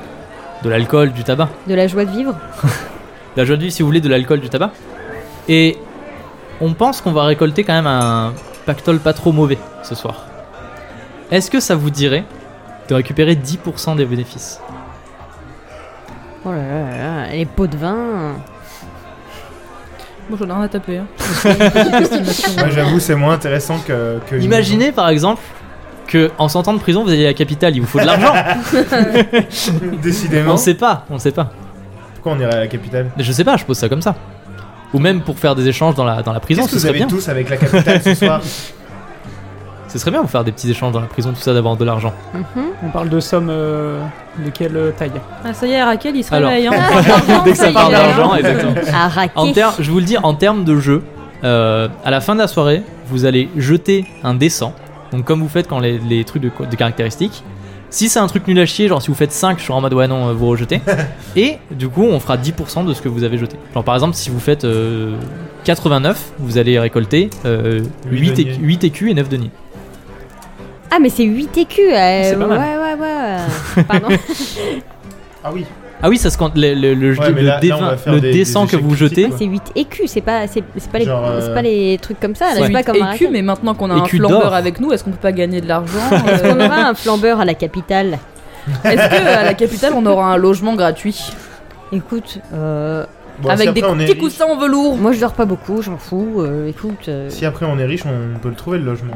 De l'alcool, du tabac de la joie de vivre. de la joie de vivre, si vous voulez, de l'alcool, du tabac. Et on pense qu'on va récolter quand même un pactole pas trop mauvais ce soir. Est-ce que ça vous dirait de récupérer 10% des bénéfices Oh là là là là, les pots de vin. Bon, j'en ai rien à taper. hein. Moi j'avoue, c'est moins intéressant que. que- Imaginez par exemple que en sortant de prison, vous allez à la capitale, il vous faut de l'argent. Décidément. on sait pas, on sait pas. Pourquoi on irait à la capitale Mais je sais pas, je pose ça comme ça. Ou même pour faire des échanges dans la, dans la prison, Qu'est-ce que ce vous serait avez bien. tous avec la capitale ce soir Ce serait bien de faire des petits échanges dans la prison, tout ça, d'avoir de l'argent. Mhm. On parle de sommes euh, de quelle euh, taille Ah, ça y est, Raquel, il se Alors. réveille. Ah, hein. Ah, Dès que ça y parle est. d'argent, exactement. À raquer. En ter- je vous le dis, en termes de jeu, euh, à la fin de la soirée, vous allez jeter un dessin. Donc, comme vous faites quand les, les trucs de, co- de caractéristiques. Si c'est un truc nul à chier, genre si vous faites 5, je suis en mode ouais, non, euh, vous rejetez. Et du coup, on fera 10% de ce que vous avez jeté. Genre, par exemple, si vous faites euh, 89, vous allez récolter euh, Huit 8, deniers. écus et 9 deniers. Ah, mais c'est 8 écus. euh, Ah, C'est pas mal. Ouais, ouais, ouais. Pardon. Ah oui. Ah oui, ça se compte. Le, le, le, Ouais, le mais là- dé- là, on va faire le des- des dessin que échecs vous jetez, critiques, quoi. C'est 8 écus, c'est pas, c'est, c'est pas, les, Genre, euh, c'est pas les trucs comme ça, là, Ouais. c'est Ah, pas comme un Écu, racket. mais maintenant qu'on a un Écu d'or. flambeur avec nous, est-ce qu'on peut pas gagner de l'argent Est-ce qu'on euh, aura un flambeur à la capitale Est-ce que à la capitale, on aura un logement gratuit Écoute, euh, Bon, avec si des après, on est petits riche- coussins en velours moi je dors pas beaucoup, j'en fous, euh, écoute... euh, Si après on est riche, on peut le trouver le logement.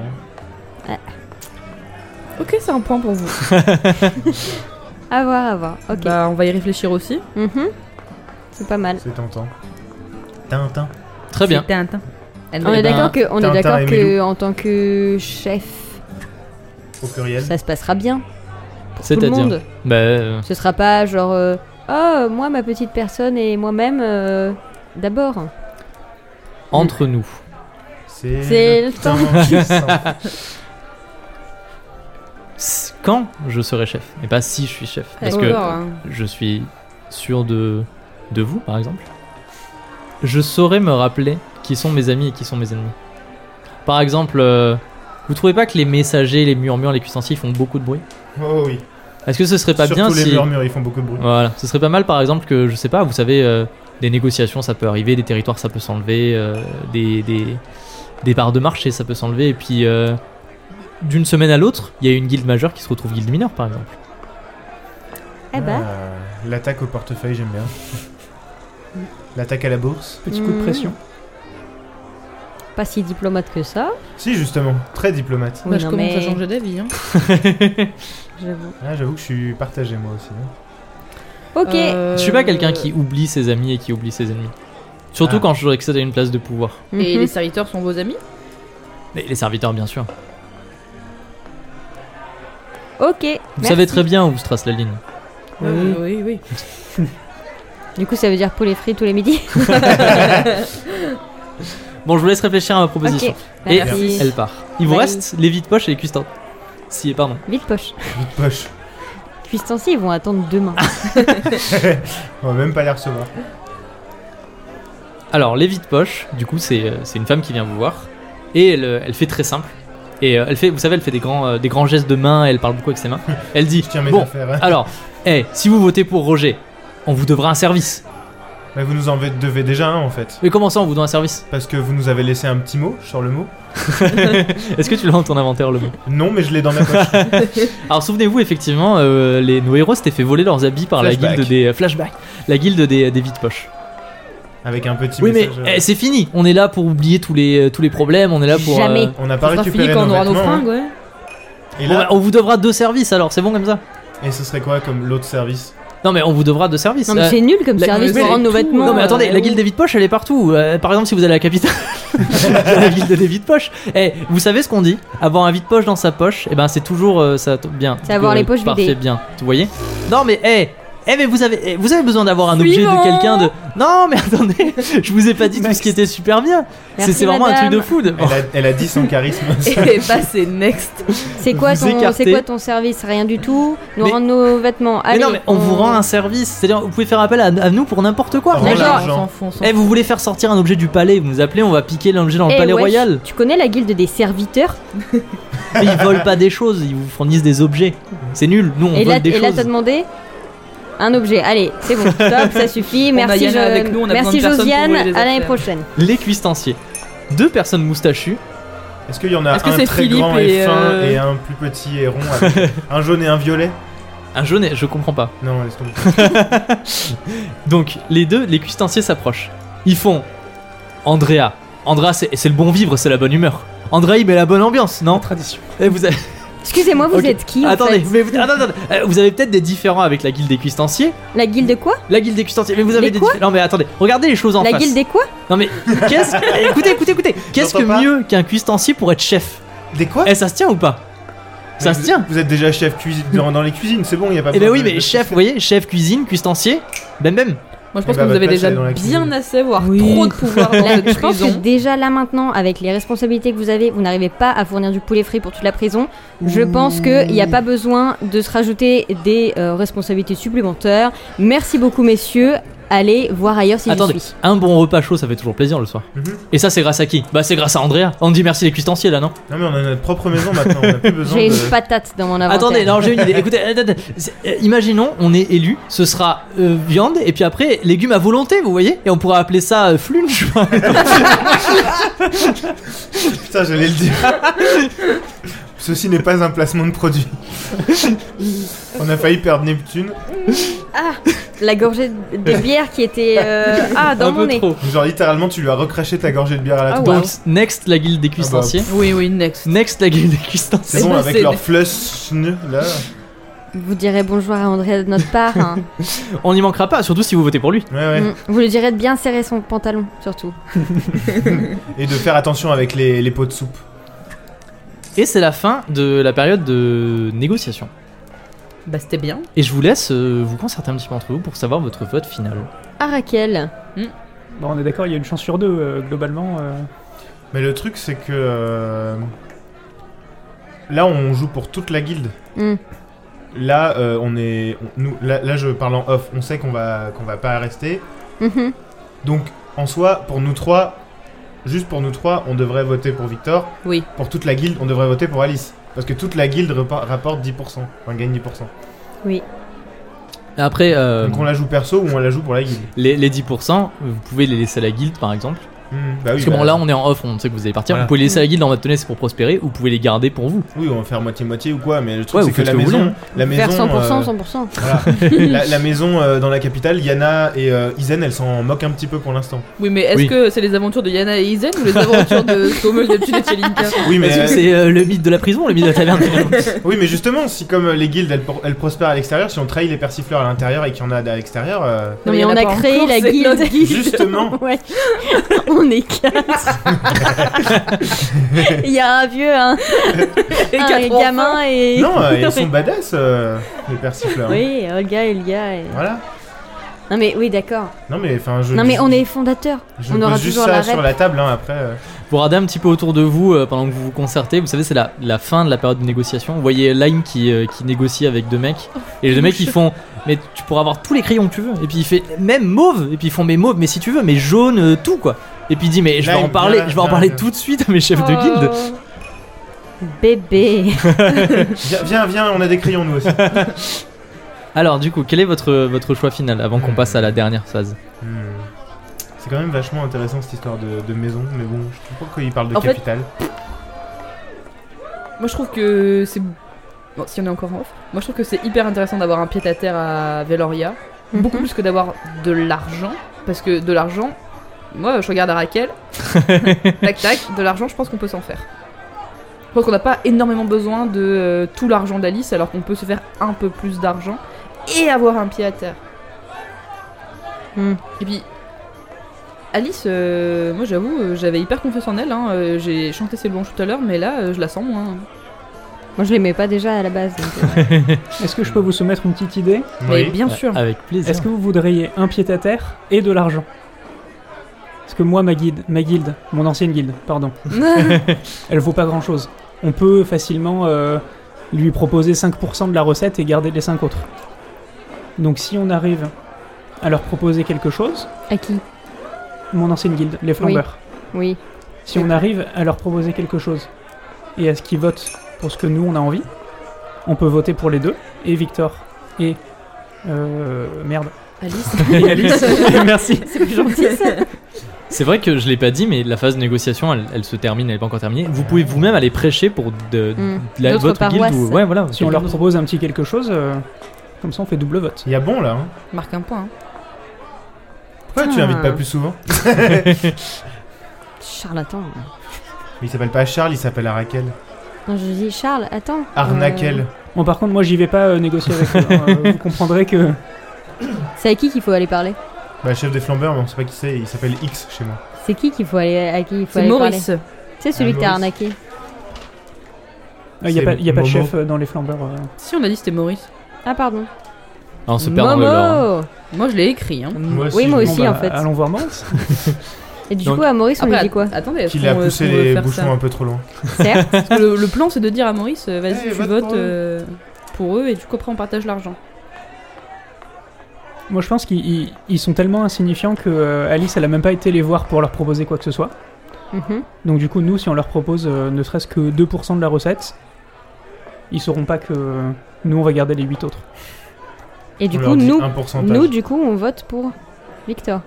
Ok, c'est un point pour vous. À voir, à voir, ok. Bah, on va y réfléchir aussi. Mhm. C'est pas mal. C'est tentant. Tintin. très bien. C'était un teint. Eh On ben, est d'accord que, on Tintin est d'accord et que Milou. en tant que chef, Au pluriel. ça se passera bien. Pour tout le C'est-à-dire. monde. Bah, euh, Ce sera pas genre... euh, oh, moi, ma petite personne et moi-même, euh, d'abord. entre nous. C'est. C'est le temps. qui s'en- Eh, Quand je serai chef, et pas si je suis chef. Parce que je suis sûr de de vous, par exemple, je saurais me rappeler qui sont mes amis et qui sont mes ennemis. Par exemple, euh, vous trouvez pas que les messagers, les murmures, les cuistanciers font beaucoup de bruit Oh oui. Est-ce que ce serait pas Surtout bien les si murmures, ils font beaucoup de bruit. voilà, ce serait pas mal par exemple que je sais pas, vous savez, euh, des négociations ça peut arriver, des territoires ça peut s'enlever, euh, des, des des parts de marché ça peut s'enlever, et puis euh, d'une semaine à l'autre, il y a une guilde majeure qui se retrouve guilde mineure par exemple. Eh bah. Ah, L'attaque au portefeuille, j'aime bien. L'attaque à la bourse. Petit coup de Mmh. pression. Ah. Pas si diplomate que ça. Si, justement, très diplomate. Bah, je non, commence mais- à changer d'avis. Hein. J'avoue. Ah, J'avoue que je suis partagé moi aussi. hein. Ok. Euh, Je suis pas quelqu'un qui oublie ses amis et qui oublie ses ennemis. Surtout Ah. quand je accède à une place de pouvoir. Et Mhm. les serviteurs sont vos amis Et les serviteurs bien sûr. Ok. Vous merci. savez très bien où se trace la ligne. Euh, Oui, oui. Du coup, ça veut dire pour les frites tous les midis. Bon, je vous laisse réfléchir à ma proposition. ok. bah Merci. Et elle part. Il vous Bye. reste les vides poches et les cuistantes. Si, pardon. Vite poche. Vite poche. Cuistanciers, ils vont attendre demain. Ah, On va même pas les recevoir. Alors, les vides poches, du coup, c'est euh, c'est une femme qui vient vous voir. Et elle, euh, elle fait très simple. Et euh, elle fait, vous savez, elle fait des grands, euh, des grands gestes de main, elle parle beaucoup avec ses mains. Elle dit Je tiens mes Bon, affaires. hein. alors, eh, si vous votez pour Roger, on vous devra un service. Mais vous nous en devez déjà un en fait. Mais comment ça, on vous doit un service Parce que vous nous avez laissé un petit mot sur le mot. Est-ce que tu l'as dans ton inventaire, le mot Non, mais je l'ai dans ma poche. Alors souvenez-vous effectivement, euh, les, nos héros s'étaient fait voler leurs habits par la Flashback. guilde des flashbacks, la guilde des, des vides poches. Avec un petit Oui mais message. euh, eh, c'est fini, on est là pour oublier tous les euh, tous les problèmes, on est là pour. euh, Jamais. on n'a pas Ça sera fini récupéré quand nos on aura nos vêtements, hein. fringues, ouais. Et Bon, bah, là, on vous devra deux services alors, c'est bon comme ça et ce serait quoi comme l'autre service Non mais on vous devra deux services. Non, mais euh, c'est nul comme la- service mais- pour rendre nos vêtements. non mais attendez, euh, la guilde des vides poches elle est partout. Euh, par exemple si vous allez à la capitale, la guilde des vides poches. Eh, vous savez ce qu'on dit Avoir un vide poche dans sa poche, et ben c'est toujours euh, ça tombe bien. C'est avoir Euh, les poches parfait, vidées. bien. Vous voyez Non mais eh eh mais vous avez, eh, vous avez besoin d'avoir un objet Suivant. de quelqu'un de... Non mais attendez, je vous ai pas dit tout ce qui était super bien. C'est Merci, c'est vraiment un truc de madame. Oh. fou. de- elle, a, elle a dit son charisme. Et bah, c'est next. C'est quoi, vous ton, écartez. c'est quoi ton service Rien du tout. Nous Mais- rendre nos vêtements. Mais Allez, non mais on vous rend un service. C'est-à-dire vous pouvez faire appel à, à nous pour n'importe quoi. Rends On a- l'argent. on s'en fout, on s'en Eh vous voulez faire sortir un objet du palais, vous nous appelez, on va piquer l'objet dans le Eh, palais wesh, royal. Tu connais la guilde des serviteurs Mais ils volent pas des choses, ils vous fournissent des objets. C'est nul, nous on Et vole là, des et là, choses. t'as demandé un objet. Allez, c'est bon, stop, ça suffit. a Merci, Yana avec nous, on a besoin de merci personne pour Josiane. rouler les À l'année affaires. prochaine. Les cuistanciers. Deux personnes moustachues. Est-ce qu'il y en a Est-ce que un c'est très Philippe grand et, et, fin euh, et un plus petit et rond avec Un jaune et un violet Un jaune, et- Ah, je comprends pas. Non, laisse tomber. Donc les deux, les cuistanciers s'approchent. Ils font Andrea. Andrea, c'est c'est le bon vivre, c'est la bonne humeur. Andrea, il met la bonne ambiance, non Tradition. Et vous avez- Excusez-moi, vous Ok. êtes qui en Attendez, fait mais vous, attends, attends, euh, vous avez peut-être des différents avec la guilde des cuistanciers. La guilde de quoi La guilde des cuistanciers, mais vous avez Les des quoi diffé- Non mais attendez, regardez les choses en La face. guilde des quoi Non mais qu'est-ce Écoutez, écoutez, écoutez. Qu'est-ce que J'entends pas. mieux qu'un cuistancier pour être chef Des quoi Eh, ça se tient ou pas Ça Mais se vous- tient Vous êtes déjà chef cuisine dans, dans les cuisines, c'est bon, il y a pas Eh ben besoin oui, de- mais de- chef, vous voyez, chef cuisine, cuistancier, bam bam. Moi, je pense Eh bah, que vous votre avez place, déjà elle est dans la bien cuisine. assez, voire Oui. trop de pouvoir dans Là, cette je pense que prison. déjà là maintenant, avec les responsabilités que vous avez, vous n'arrivez pas à fournir du poulet frit pour toute la prison. Je pense qu'il n'y a pas besoin de se rajouter des euh, responsabilités supplémentaires. Merci beaucoup, messieurs. Allez voir ailleurs si Attendez, je suis. un bon repas chaud, ça fait toujours plaisir le soir. Mhm. Et ça, c'est grâce à qui Bah, c'est grâce à Andrea. On dit merci les cuistanciers là, non Non, mais on a notre propre maison maintenant, on a plus besoin J'ai de. une patate dans mon inventaire. Attendez, non, j'ai une idée. Écoutez, euh, euh, euh, imaginons, on est élu, ce sera euh, viande et puis après légumes à volonté, vous voyez Et on pourra appeler ça euh, flunch. Putain, j'allais le dire. Ceci n'est pas un placement de produit. on a failli perdre Neptune. La gorgée de bière qui était euh, ah dans un mon peu nez. trop. Genre, littéralement, tu lui as recraché ta gorgée de bière à la Ah tête. ouais. Donc, next la guilde des cuistanciers. Oui, oui, next. Next la guilde des cuistanciers. C'est bon, bah, avec c'est- leur flush là. Vous direz bonjour à André de notre part. hein. On n'y manquera pas, surtout si vous votez pour lui. Ouais, ouais. Mm. Vous lui direz de bien serrer son pantalon surtout. Et de faire attention avec les, les pots de soupe. Et c'est la fin de la période de négociation. Bah, c'était bien. Et je vous laisse euh, vous concerter un petit peu entre vous pour savoir votre vote final. Ah Raquel, Bon, on est d'accord, il y a une chance sur deux, euh, globalement. euh, Mais le truc, c'est que. euh, Là, on joue pour toute la guilde. Mm. Là, euh, on est. on- nous, là, là, je parle en off. On sait qu'on va, qu'on va pas rester. Mhm. Donc, en soi, pour nous trois, juste pour nous trois, on devrait voter pour Victor. Oui. Pour toute la guilde, on devrait voter pour Alice. Parce que toute la guilde repa- rapporte 10%. Enfin, gagne 10%. Et Après, euh, Donc on la joue perso ou on la joue pour la guilde les, les 10%, vous pouvez les laisser à la guilde par exemple. Hmm, Bah oui. Parce que bah, bon, là on est en off, on sait que vous allez partir. Voilà. Vous pouvez les laisser à la guilde en votre tenue, c'est pour prospérer, ou vous pouvez les garder pour vous. Oui, on va faire moitié-moitié ou quoi, mais le truc Ouais, vous c'est que faites la ce que vous maison, voulez. hein. la Faire maison, 100%, euh, 100%. voilà. la, la maison euh, dans la capitale, Yana et euh, Izen, elles s'en moquent un petit peu pour l'instant. Oui, mais est-ce Oui. que c'est les aventures de Yana et Izen ou les aventures de Sommel, Neptune et Tchelinka Oui, mais Parce que euh, c'est euh, le mythe de la prison, le mythe de la taverne. finalement. oui, mais justement, si comme euh, les guildes elles, pro- elles prospèrent à l'extérieur, si on trahit les persifleurs à l'intérieur et qu'il y en a à l'extérieur, euh, Non, mais on a créé la guilde. justement, Ouais. on est quatre. Il y a un vieux, un, Et un quatre enfants. gamin et. non, euh, elles sont badass euh, les persifleurs. Oui, Olga, Elia. Et... Voilà. Non, mais oui, d'accord. Non mais enfin, je. Non, mais je- on est fondateurs. Je on pose aura juste toujours ça la sur rep. la table hein, après. euh. Vous regardez un petit peu autour de vous euh, pendant que vous vous concertez. Vous savez, c'est la, la fin de la période de négociation. Vous voyez Lime qui, euh, qui négocie avec deux mecs. Et les deux mecs, ils font Mais tu pourras avoir tous les crayons que tu veux. Et puis il fait Même mauve. Et puis ils font Mais mauve, mais si tu veux, mais jaune, euh, tout quoi. Et puis il dit Mais je vais Lime, en parler, viens là, je vais en viens, parler viens. tout de suite à mes chefs Oh. de guilde. Bébé. Viens, viens, viens, on a des crayons nous aussi. Alors, du coup, quel est votre, votre choix final avant qu'on passe à la dernière phase Hmm. C'est quand même vachement intéressant cette histoire de, de maison, mais bon, je sais pas pourquoi il parle de En fait- capitale. Moi, je trouve que c'est. Bon, si on est encore en off. Moi, je trouve que c'est hyper intéressant d'avoir un pied à terre à Veloria. Beaucoup Mhm. plus que d'avoir de l'argent. Parce que de l'argent, moi, je regarde à Raquel. tac, tac. De l'argent, je pense qu'on peut s'en faire. Je pense qu'on n'a pas énormément besoin de euh, tout l'argent d'Alice, alors qu'on peut se faire un peu plus d'argent et avoir un pied à terre. Mm. Et puis, Alice, euh, moi j'avoue, euh, j'avais hyper confiance en elle. hein, euh, J'ai chanté ses louanges tout à l'heure, mais là, euh, je la sens moins. hein. Moi, je l'aimais pas déjà à la base. donc, euh, Est-ce que je peux vous soumettre une petite idée Mais Oui. bien sûr. Euh, Avec plaisir. Est-ce que vous voudriez un pied à terre et de l'argent Parce que moi, ma guide, ma guilde, mon ancienne guilde, pardon, elle vaut pas grand chose. On peut facilement euh, lui proposer 5% de la recette et garder les 5 autres. Donc si on arrive à leur proposer quelque chose, à qui mon ancienne guilde, les flambeurs, Oui. si on arrive à leur proposer quelque chose et à ce qu'ils votent pour ce que nous on a envie, on peut voter pour les deux, et Victor, et. Euh, merde. Alice, Et Alice, merci. c'est plus gentil ça. C'est vrai que je l'ai pas dit, mais la phase de négociation, elle, elle se termine, elle n'est pas encore terminée. Vous pouvez vous-même aller prêcher pour de, Mm. de la, D'autres votre guilde. paroisses. Ou, ouais, voilà. Si on leur propose un petit quelque chose, euh, comme ça on fait double vote. Il y a bon là. Hein. Marque un point. hein. Pourquoi tu Ah. l'invites pas plus souvent Charlatan. Mais il s'appelle pas Charles, il s'appelle Arakel. Non, je dis Charles, attends. Euh, Arnaquel. Bon, par contre, moi j'y vais pas euh, négocier avec eux. hein. Euh, Vous comprendrez que. Euh, c'est à qui qu'il faut aller parler Bah, chef des flambeurs, mais on sait pas qui c'est, il s'appelle X chez moi. C'est qui qu'il faut aller à qui il faut C'est aller Maurice. parler C'est celui Ah, que t'as Maurice. arnaqué. Il n'y a C'est pas, y a pas Momo. de chef euh, dans les flambeurs. euh. Si on a dit c'était Maurice. Ah pardon. On se perd dans le lore, hein. Momo. Moi je l'ai écrit. Hein. Moi aussi. Oui, moi je- aussi Bon, bah, en fait. Allons voir Maurice. Et du Donc- coup à Maurice on lui dit quoi att- attendez, est-ce Qu'il a qu'on, euh, poussé est-ce qu'on veut les faire bouchons ça un peu trop loin. Certes. Parce que le, le plan c'est de dire à Maurice, euh, vas-y, Eh, tu vote votes pour eux. euh, pour eux et du coup après on partage l'argent. Moi je pense qu'ils ils- ils sont tellement insignifiants que euh, Alice elle a même pas été les voir pour leur proposer quoi que ce soit. Mhm. Donc du coup, nous, si on leur propose euh, ne serait-ce que 2% de la recette, ils sauront pas que euh, nous, on va garder les 8 autres. Et du On coup leur dit nous, un pourcentage. nous du coup on vote pour Victor.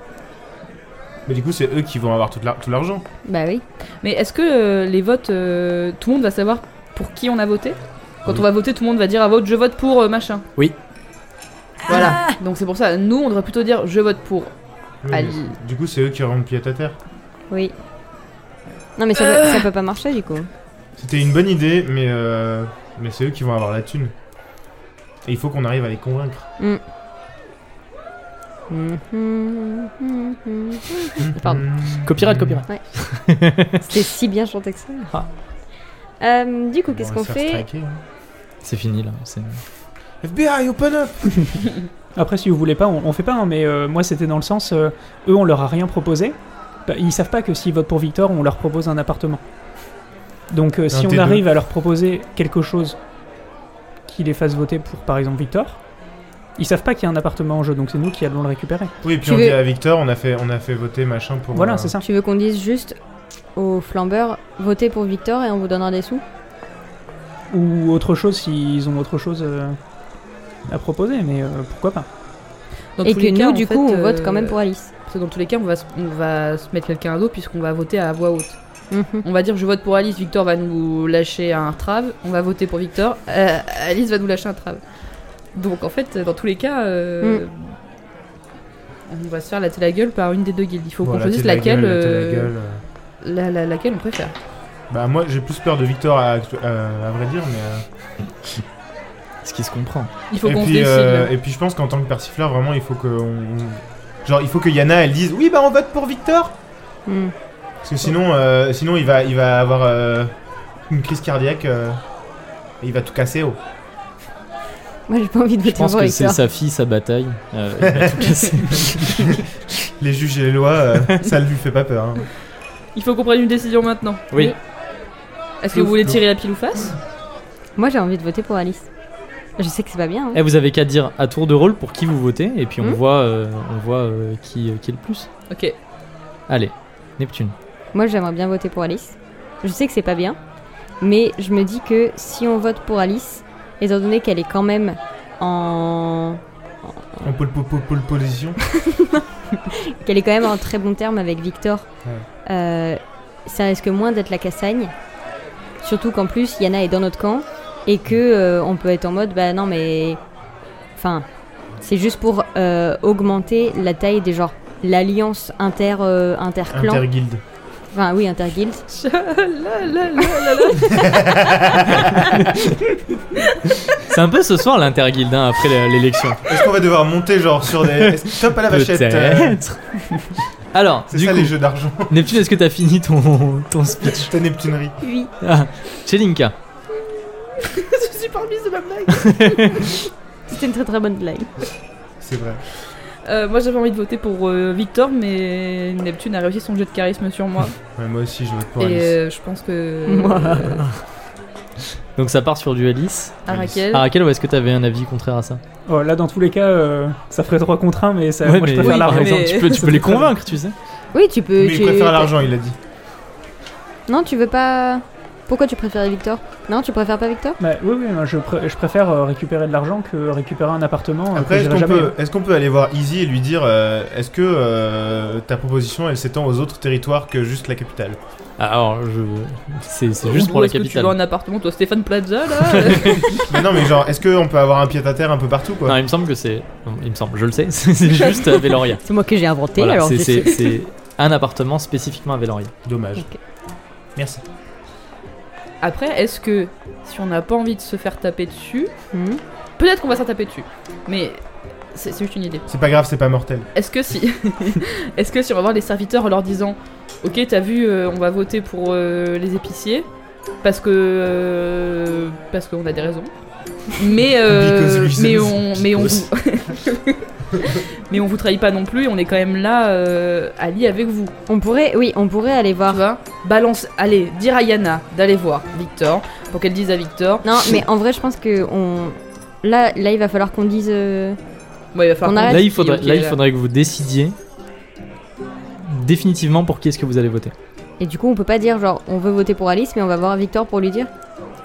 Mais du coup, c'est eux qui vont avoir tout la- tout l'argent. Bah oui. Mais est-ce que euh, les votes, euh, tout le monde va savoir pour qui on a voté Quand Oui. on va voter, tout le monde va dire à vote, je vote pour euh, machin. Oui. Ah. Voilà. Donc c'est pour ça, nous on devrait plutôt dire je vote pour. Oui, mais Ali. Du coup, c'est eux qui auront le pied à terre. Oui. Non mais ça, peut, Euh. ça peut pas marcher du coup. C'était une bonne idée, mais, euh, mais c'est eux qui vont avoir la thune. Et il faut qu'on arrive à les convaincre. Mhm, mhm, mhm. Pardon. Mhm. Copyright, copyright. C'était si bien chanté que ça. Ah. Euh, du coup On qu'est-ce va qu'on se faire fait striker, hein. C'est fini là. c'est- FBI, open up Mmh. Après, si vous voulez pas, on, on fait pas, hein, mais euh, moi, c'était dans le sens, euh, eux, on leur a rien proposé. Bah, ils savent pas que s'ils votent pour Victor, on leur propose un appartement. Donc euh, si on T2. arrive à leur proposer quelque chose qui les fasse voter pour, par exemple, Victor, Ils savent pas qu'il y a un appartement en jeu, donc c'est nous qui allons le récupérer. Oui, et puis Tu on veux- dit à Victor, on a fait, on a fait voter machin pour. Voilà, euh, c'est ça. Tu veux qu'on dise juste aux flambeurs, votez pour Victor et on vous donnera des sous Ou autre chose s'ils ont autre chose euh, à proposer, mais euh, pourquoi pas. Dans Et tous que les cas, nous, en du fait, coup, on euh, vote quand même pour Alice. Parce que dans tous les cas, on va, se- on va se mettre quelqu'un à dos puisqu'on va voter à voix haute. Mhm. On va dire je vote pour Alice, Victor va nous lâcher un trave. On va voter pour Victor, euh, Alice va nous lâcher un trave. Donc en fait, dans tous les cas, euh, on va se faire latter la gueule par une des deux guildes. Il faut voilà, qu'on choisisse t'es de la laquelle, gueule, t'es de la euh, gueule, euh. la- la- laquelle on préfère. Bah moi j'ai plus peur de Victor à, actu- euh, à vrai dire mais euh, Ce qui se comprend. Il faut et qu'on se puis décide. euh, et puis je pense qu'en tant que persifleur vraiment il faut que on- on- genre il faut que Yana elle dise oui bah on vote pour Victor Mhm. parce que sinon euh, sinon il va il va avoir euh, une crise cardiaque euh, et il va tout casser oh. Moi, j'ai pas envie de Je voter pense pour que c'est Victor. sa fille, sa bataille. Euh, il va tout casser. les juges et les lois euh, ça lui fait pas peur hein. Il faut qu'on prenne une décision maintenant. Oui. Est-ce que vous Plouf, voulez plouf. tirer la pile ou face Moi, j'ai envie de voter pour Alice. Je sais que c'est pas bien. hein. Eh, vous avez qu'à dire à tour de rôle pour qui vous votez, et puis on Hmm. voit, euh, on voit euh, qui, euh, qui est le plus. Ok. Allez, Neptune. Moi, j'aimerais bien voter pour Alice. Je sais que c'est pas bien, mais je me dis que si on vote pour Alice, étant donné qu'elle est quand même en en pole, pole- pole- pole position qu'elle est quand même en très bon terme avec Victor, euh, ça risque moins d'être la cassagne. Surtout qu'en plus, Yana est dans notre camp et que euh, on peut être en mode bah non mais, enfin, c'est juste pour euh, augmenter la taille des genres, l'alliance inter euh, interclan, interguilde enfin oui interguild. La, la, la. C'est un peu ce soir l'interguilde hein, après la- l'élection. est-ce qu'on va devoir monter genre sur des top à la vachette euh, Peut-être. Alors, c'est du ça coup, les jeux d'argent Neptune, est-ce que t'as fini ton, ton speech ta neptunerie Oui. ah, Chelinka. Je suis pas remise de ma blague. C'était une très très bonne blague. c'est vrai Euh, moi j'avais envie de voter pour euh, Victor, mais Neptune a réussi son jeu de charisme sur moi. Ouais, moi aussi je vote pour et Alice euh, je pense que. Moi. euh, Donc ça part sur du Alice. à Raquel. Ah, Raquel, ou est-ce que t'avais un avis contraire à ça Oh, là, dans tous les cas, euh, ça ferait 3 contre 1, mais ça, Ouais, moi je mais- préfère oui, la hein. par raison. exemple, Tu peux, tu peux les convaincre, tu sais. Oui, tu peux. mais tu... il préfère l'argent il a dit Non, tu veux pas. Pourquoi tu préfères Victor Non, tu préfères pas Victor Bah, oui, oui, moi, je, pré- je préfère euh, récupérer de l'argent que récupérer un appartement. euh, Après, que est-ce j'irai qu'on jamais. peut, est-ce qu'on peut aller voir Easy et lui dire euh, est-ce que euh, ta proposition elle s'étend aux autres territoires que juste la capitale Ah, Alors, je... c'est c'est juste Ou pour la est-ce que tu veux capitale. un appartement, toi Stéphane Plaza là Euh, Mais non, mais genre, est-ce qu'on peut avoir un pied à terre un peu partout quoi Non, il me semble que c'est. non, Il me semble, je le sais, c'est juste à Veloria. C'est moi que j'ai inventé, Voilà, alors c'est- je sais. c'est c'est un appartement spécifiquement à Veloria. Dommage. Ok. Merci. Après, est-ce que si on n'a pas envie de se faire taper dessus, Hmm. peut-être qu'on va se faire taper dessus. Mais c'est c'est juste une idée. C'est pas grave, c'est pas mortel. Est-ce que si, est-ce que si on va voir les serviteurs en leur disant, ok, t'as vu, euh, on va voter pour euh, les épiciers parce que euh, parce qu'on a des raisons, mais euh, Because mais reasons. on mais on Because. mais on vous trahit pas non plus, on est quand même là euh, alliés avec vous. On pourrait, oui, on pourrait aller voir. Tu vois balance, allez, dire à Yana d'aller voir Victor pour qu'elle dise à Victor, Non, mais en vrai, je pense que on. Là, là, il va falloir qu'on dise. euh, Ouais, il va falloir On qu'on arrête. Là, dise il qui, faudrait, Ah, ok, là, il faudrait que vous décidiez définitivement pour qui est-ce que vous allez voter. Et du coup, on peut pas dire genre on veut voter pour Alice, mais on va voir Victor pour lui dire.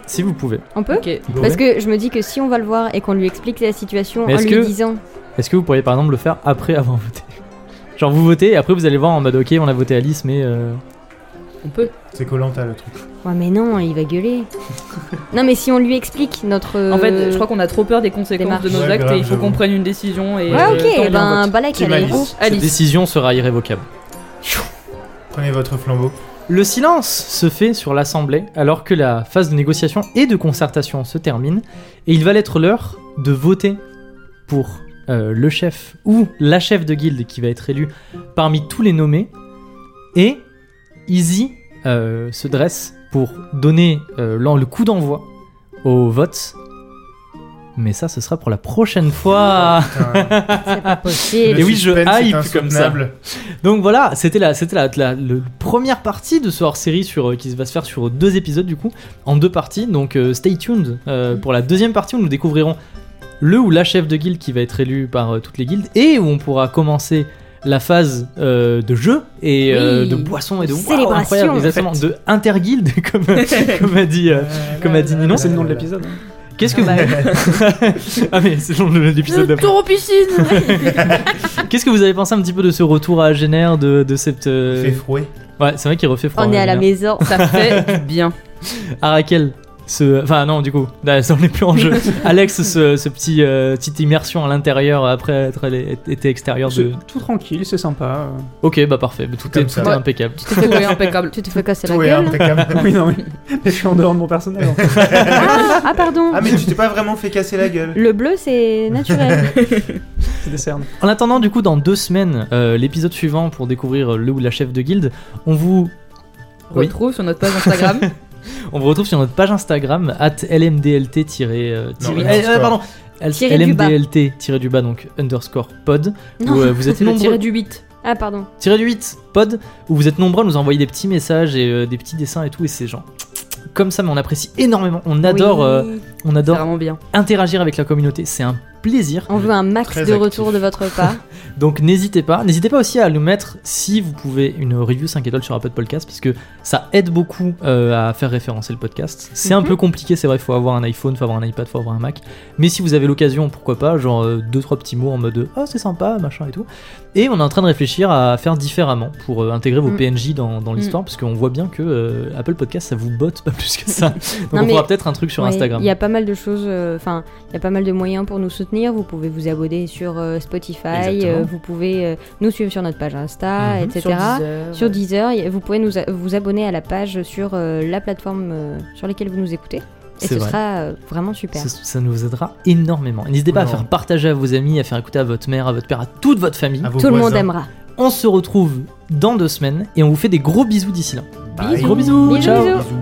Si vous pouvez. On peut Ok. Vous Parce pouvez. que je me dis que si on va le voir et qu'on lui explique la situation Mais en est-ce lui que- disant. Est-ce que vous pourriez par exemple le faire après avoir voté Genre vous votez et après vous allez voir en mode ok on a voté Alice mais euh, On peut. C'est Colanta le truc. Ouais, mais non, il va gueuler. non, mais si on lui explique notre. En fait, je crois qu'on a trop peur des conséquences Euh, démarche. de nos Ouais, actes grave, et il faut j'avoue. qu'on prenne une décision. Et Ouais, euh, ok, tant eh bien ben, vote. Balak, Petit elle est malice. Oh, cette Alice. décision sera irrévocable. Prenez votre flambeau. Le silence se fait sur l'assemblée alors que la phase de négociation et de concertation se termine et il va l'être l'heure de voter pour euh, le chef ou la chef de guilde qui va être élue parmi tous les nommés et Izzy euh, se dresse pour donner euh, l'en- le coup d'envoi au vote. Mais ça, ce sera pour la prochaine fois. Putain, C'est pas Ah. Et le possible. oui, je suspense est hype comme ça. insoutenable. Donc voilà, c'était la, c'était la, la- le- première partie de ce hors-série sur, euh, qui va se faire sur Mm. deux épisodes du coup, en deux parties. Donc euh, stay tuned euh, pour la deuxième partie où nous découvrirons le ou la chef de guilde qui va être élu par euh, toutes les guildes et où on pourra commencer la phase euh, de jeu et euh, Oui. de boisson et de waouh, Célébration, incroyable, en exactement, de interguilde comme, comme a dit euh, comme a dit Ninon. euh, C'est le nom de l'épisode. hein. Qu'est-ce Ah que bah vous... ah mais c'est le nom de l'épisode Le d'après. tour aux piscines Qu'est-ce que vous avez pensé un petit peu de ce retour à Génère de, de cette euh, Fait frouet. ouais c'est vrai qu'il refait froid. On est à la bien. maison. Ça fait du bien. À Ah, Raquel, ce... Enfin non, du coup, là, ça, on n'est plus en jeu. Alex, ce, ce petit euh, petite immersion à l'intérieur après être allé- été extérieur de... C'est Tout tranquille, c'est sympa. euh. Ok, bah parfait, mais tout, Comme est, ça. tout est Ouais. impeccable. Tu t'es fait courir impeccable. Tu te fais casser la Oui, gueule impeccable. Oui, non, oui. Je suis en dehors de mon personnage. en fait. ah, ah, pardon Ah mais tu t'es pas vraiment fait casser la gueule. Le bleu, c'est naturel. C'est des cernes. En attendant, du coup, dans deux semaines, euh, l'épisode suivant pour découvrir euh, le ou la chef de guilde, on vous, Oui. Retrouve sur notre page Instagram. on vous retrouve sur notre page Instagram, at lmdlt- euh, Non, tiré- underscore. euh, pardon, Tiré du bas. lmdlt du bas, donc underscore pod, Non. où euh, vous êtes le nombreux. tiré du 8. Ah, pardon. tiré du 8 pod où vous êtes nombreux à nous envoyer des petits messages et euh, des petits dessins et tout et c'est genre comme ça mais on apprécie énormément on adore Oui. euh, on C'est adore vraiment bien. interagir avec la communauté c'est un plaisir On veut un max Très de actif. retour de votre part. donc n'hésitez pas n'hésitez pas aussi à nous mettre si vous pouvez une review 5 étoiles sur Apple Podcast parce que ça aide beaucoup euh, à faire référencer le podcast c'est un Mhm. peu compliqué c'est vrai faut avoir un iPhone faut avoir un iPad faut avoir un Mac mais si vous avez l'occasion pourquoi pas genre euh, deux trois petits mots en mode ah c'est sympa machin et tout Et on est en train de réfléchir à faire différemment pour euh, intégrer vos Mm. PNJ dans, dans l'histoire, parce qu'on voit bien que euh, Apple Podcast, ça vous botte pas plus que ça. Donc Non, on mais- fera peut-être un truc sur Ouais, Instagram. Il y a pas mal de choses, euh, enfin, il y a pas mal de moyens pour nous soutenir. Vous pouvez vous abonner sur euh, Spotify, Exactement. euh, vous pouvez euh, nous suivre sur notre page Insta, Mhm. etc. Sur Deezer. Sur Deezer, y- vous pouvez nous a- vous abonner à la page sur euh, la plateforme euh, sur laquelle vous nous écoutez. Et C'est ce vrai. sera euh, vraiment super. Ça, ça nous aidera énormément. Et N'hésitez pas à Non. faire partager à vos amis, à faire écouter à votre mère, à votre père, à toute votre famille. À vos Tout le monde voisins. aimera. On se retrouve dans deux semaines et on vous fait des gros bisous d'ici là. Bye. Gros bisous, Bisous, ciao. bisous. Bisous.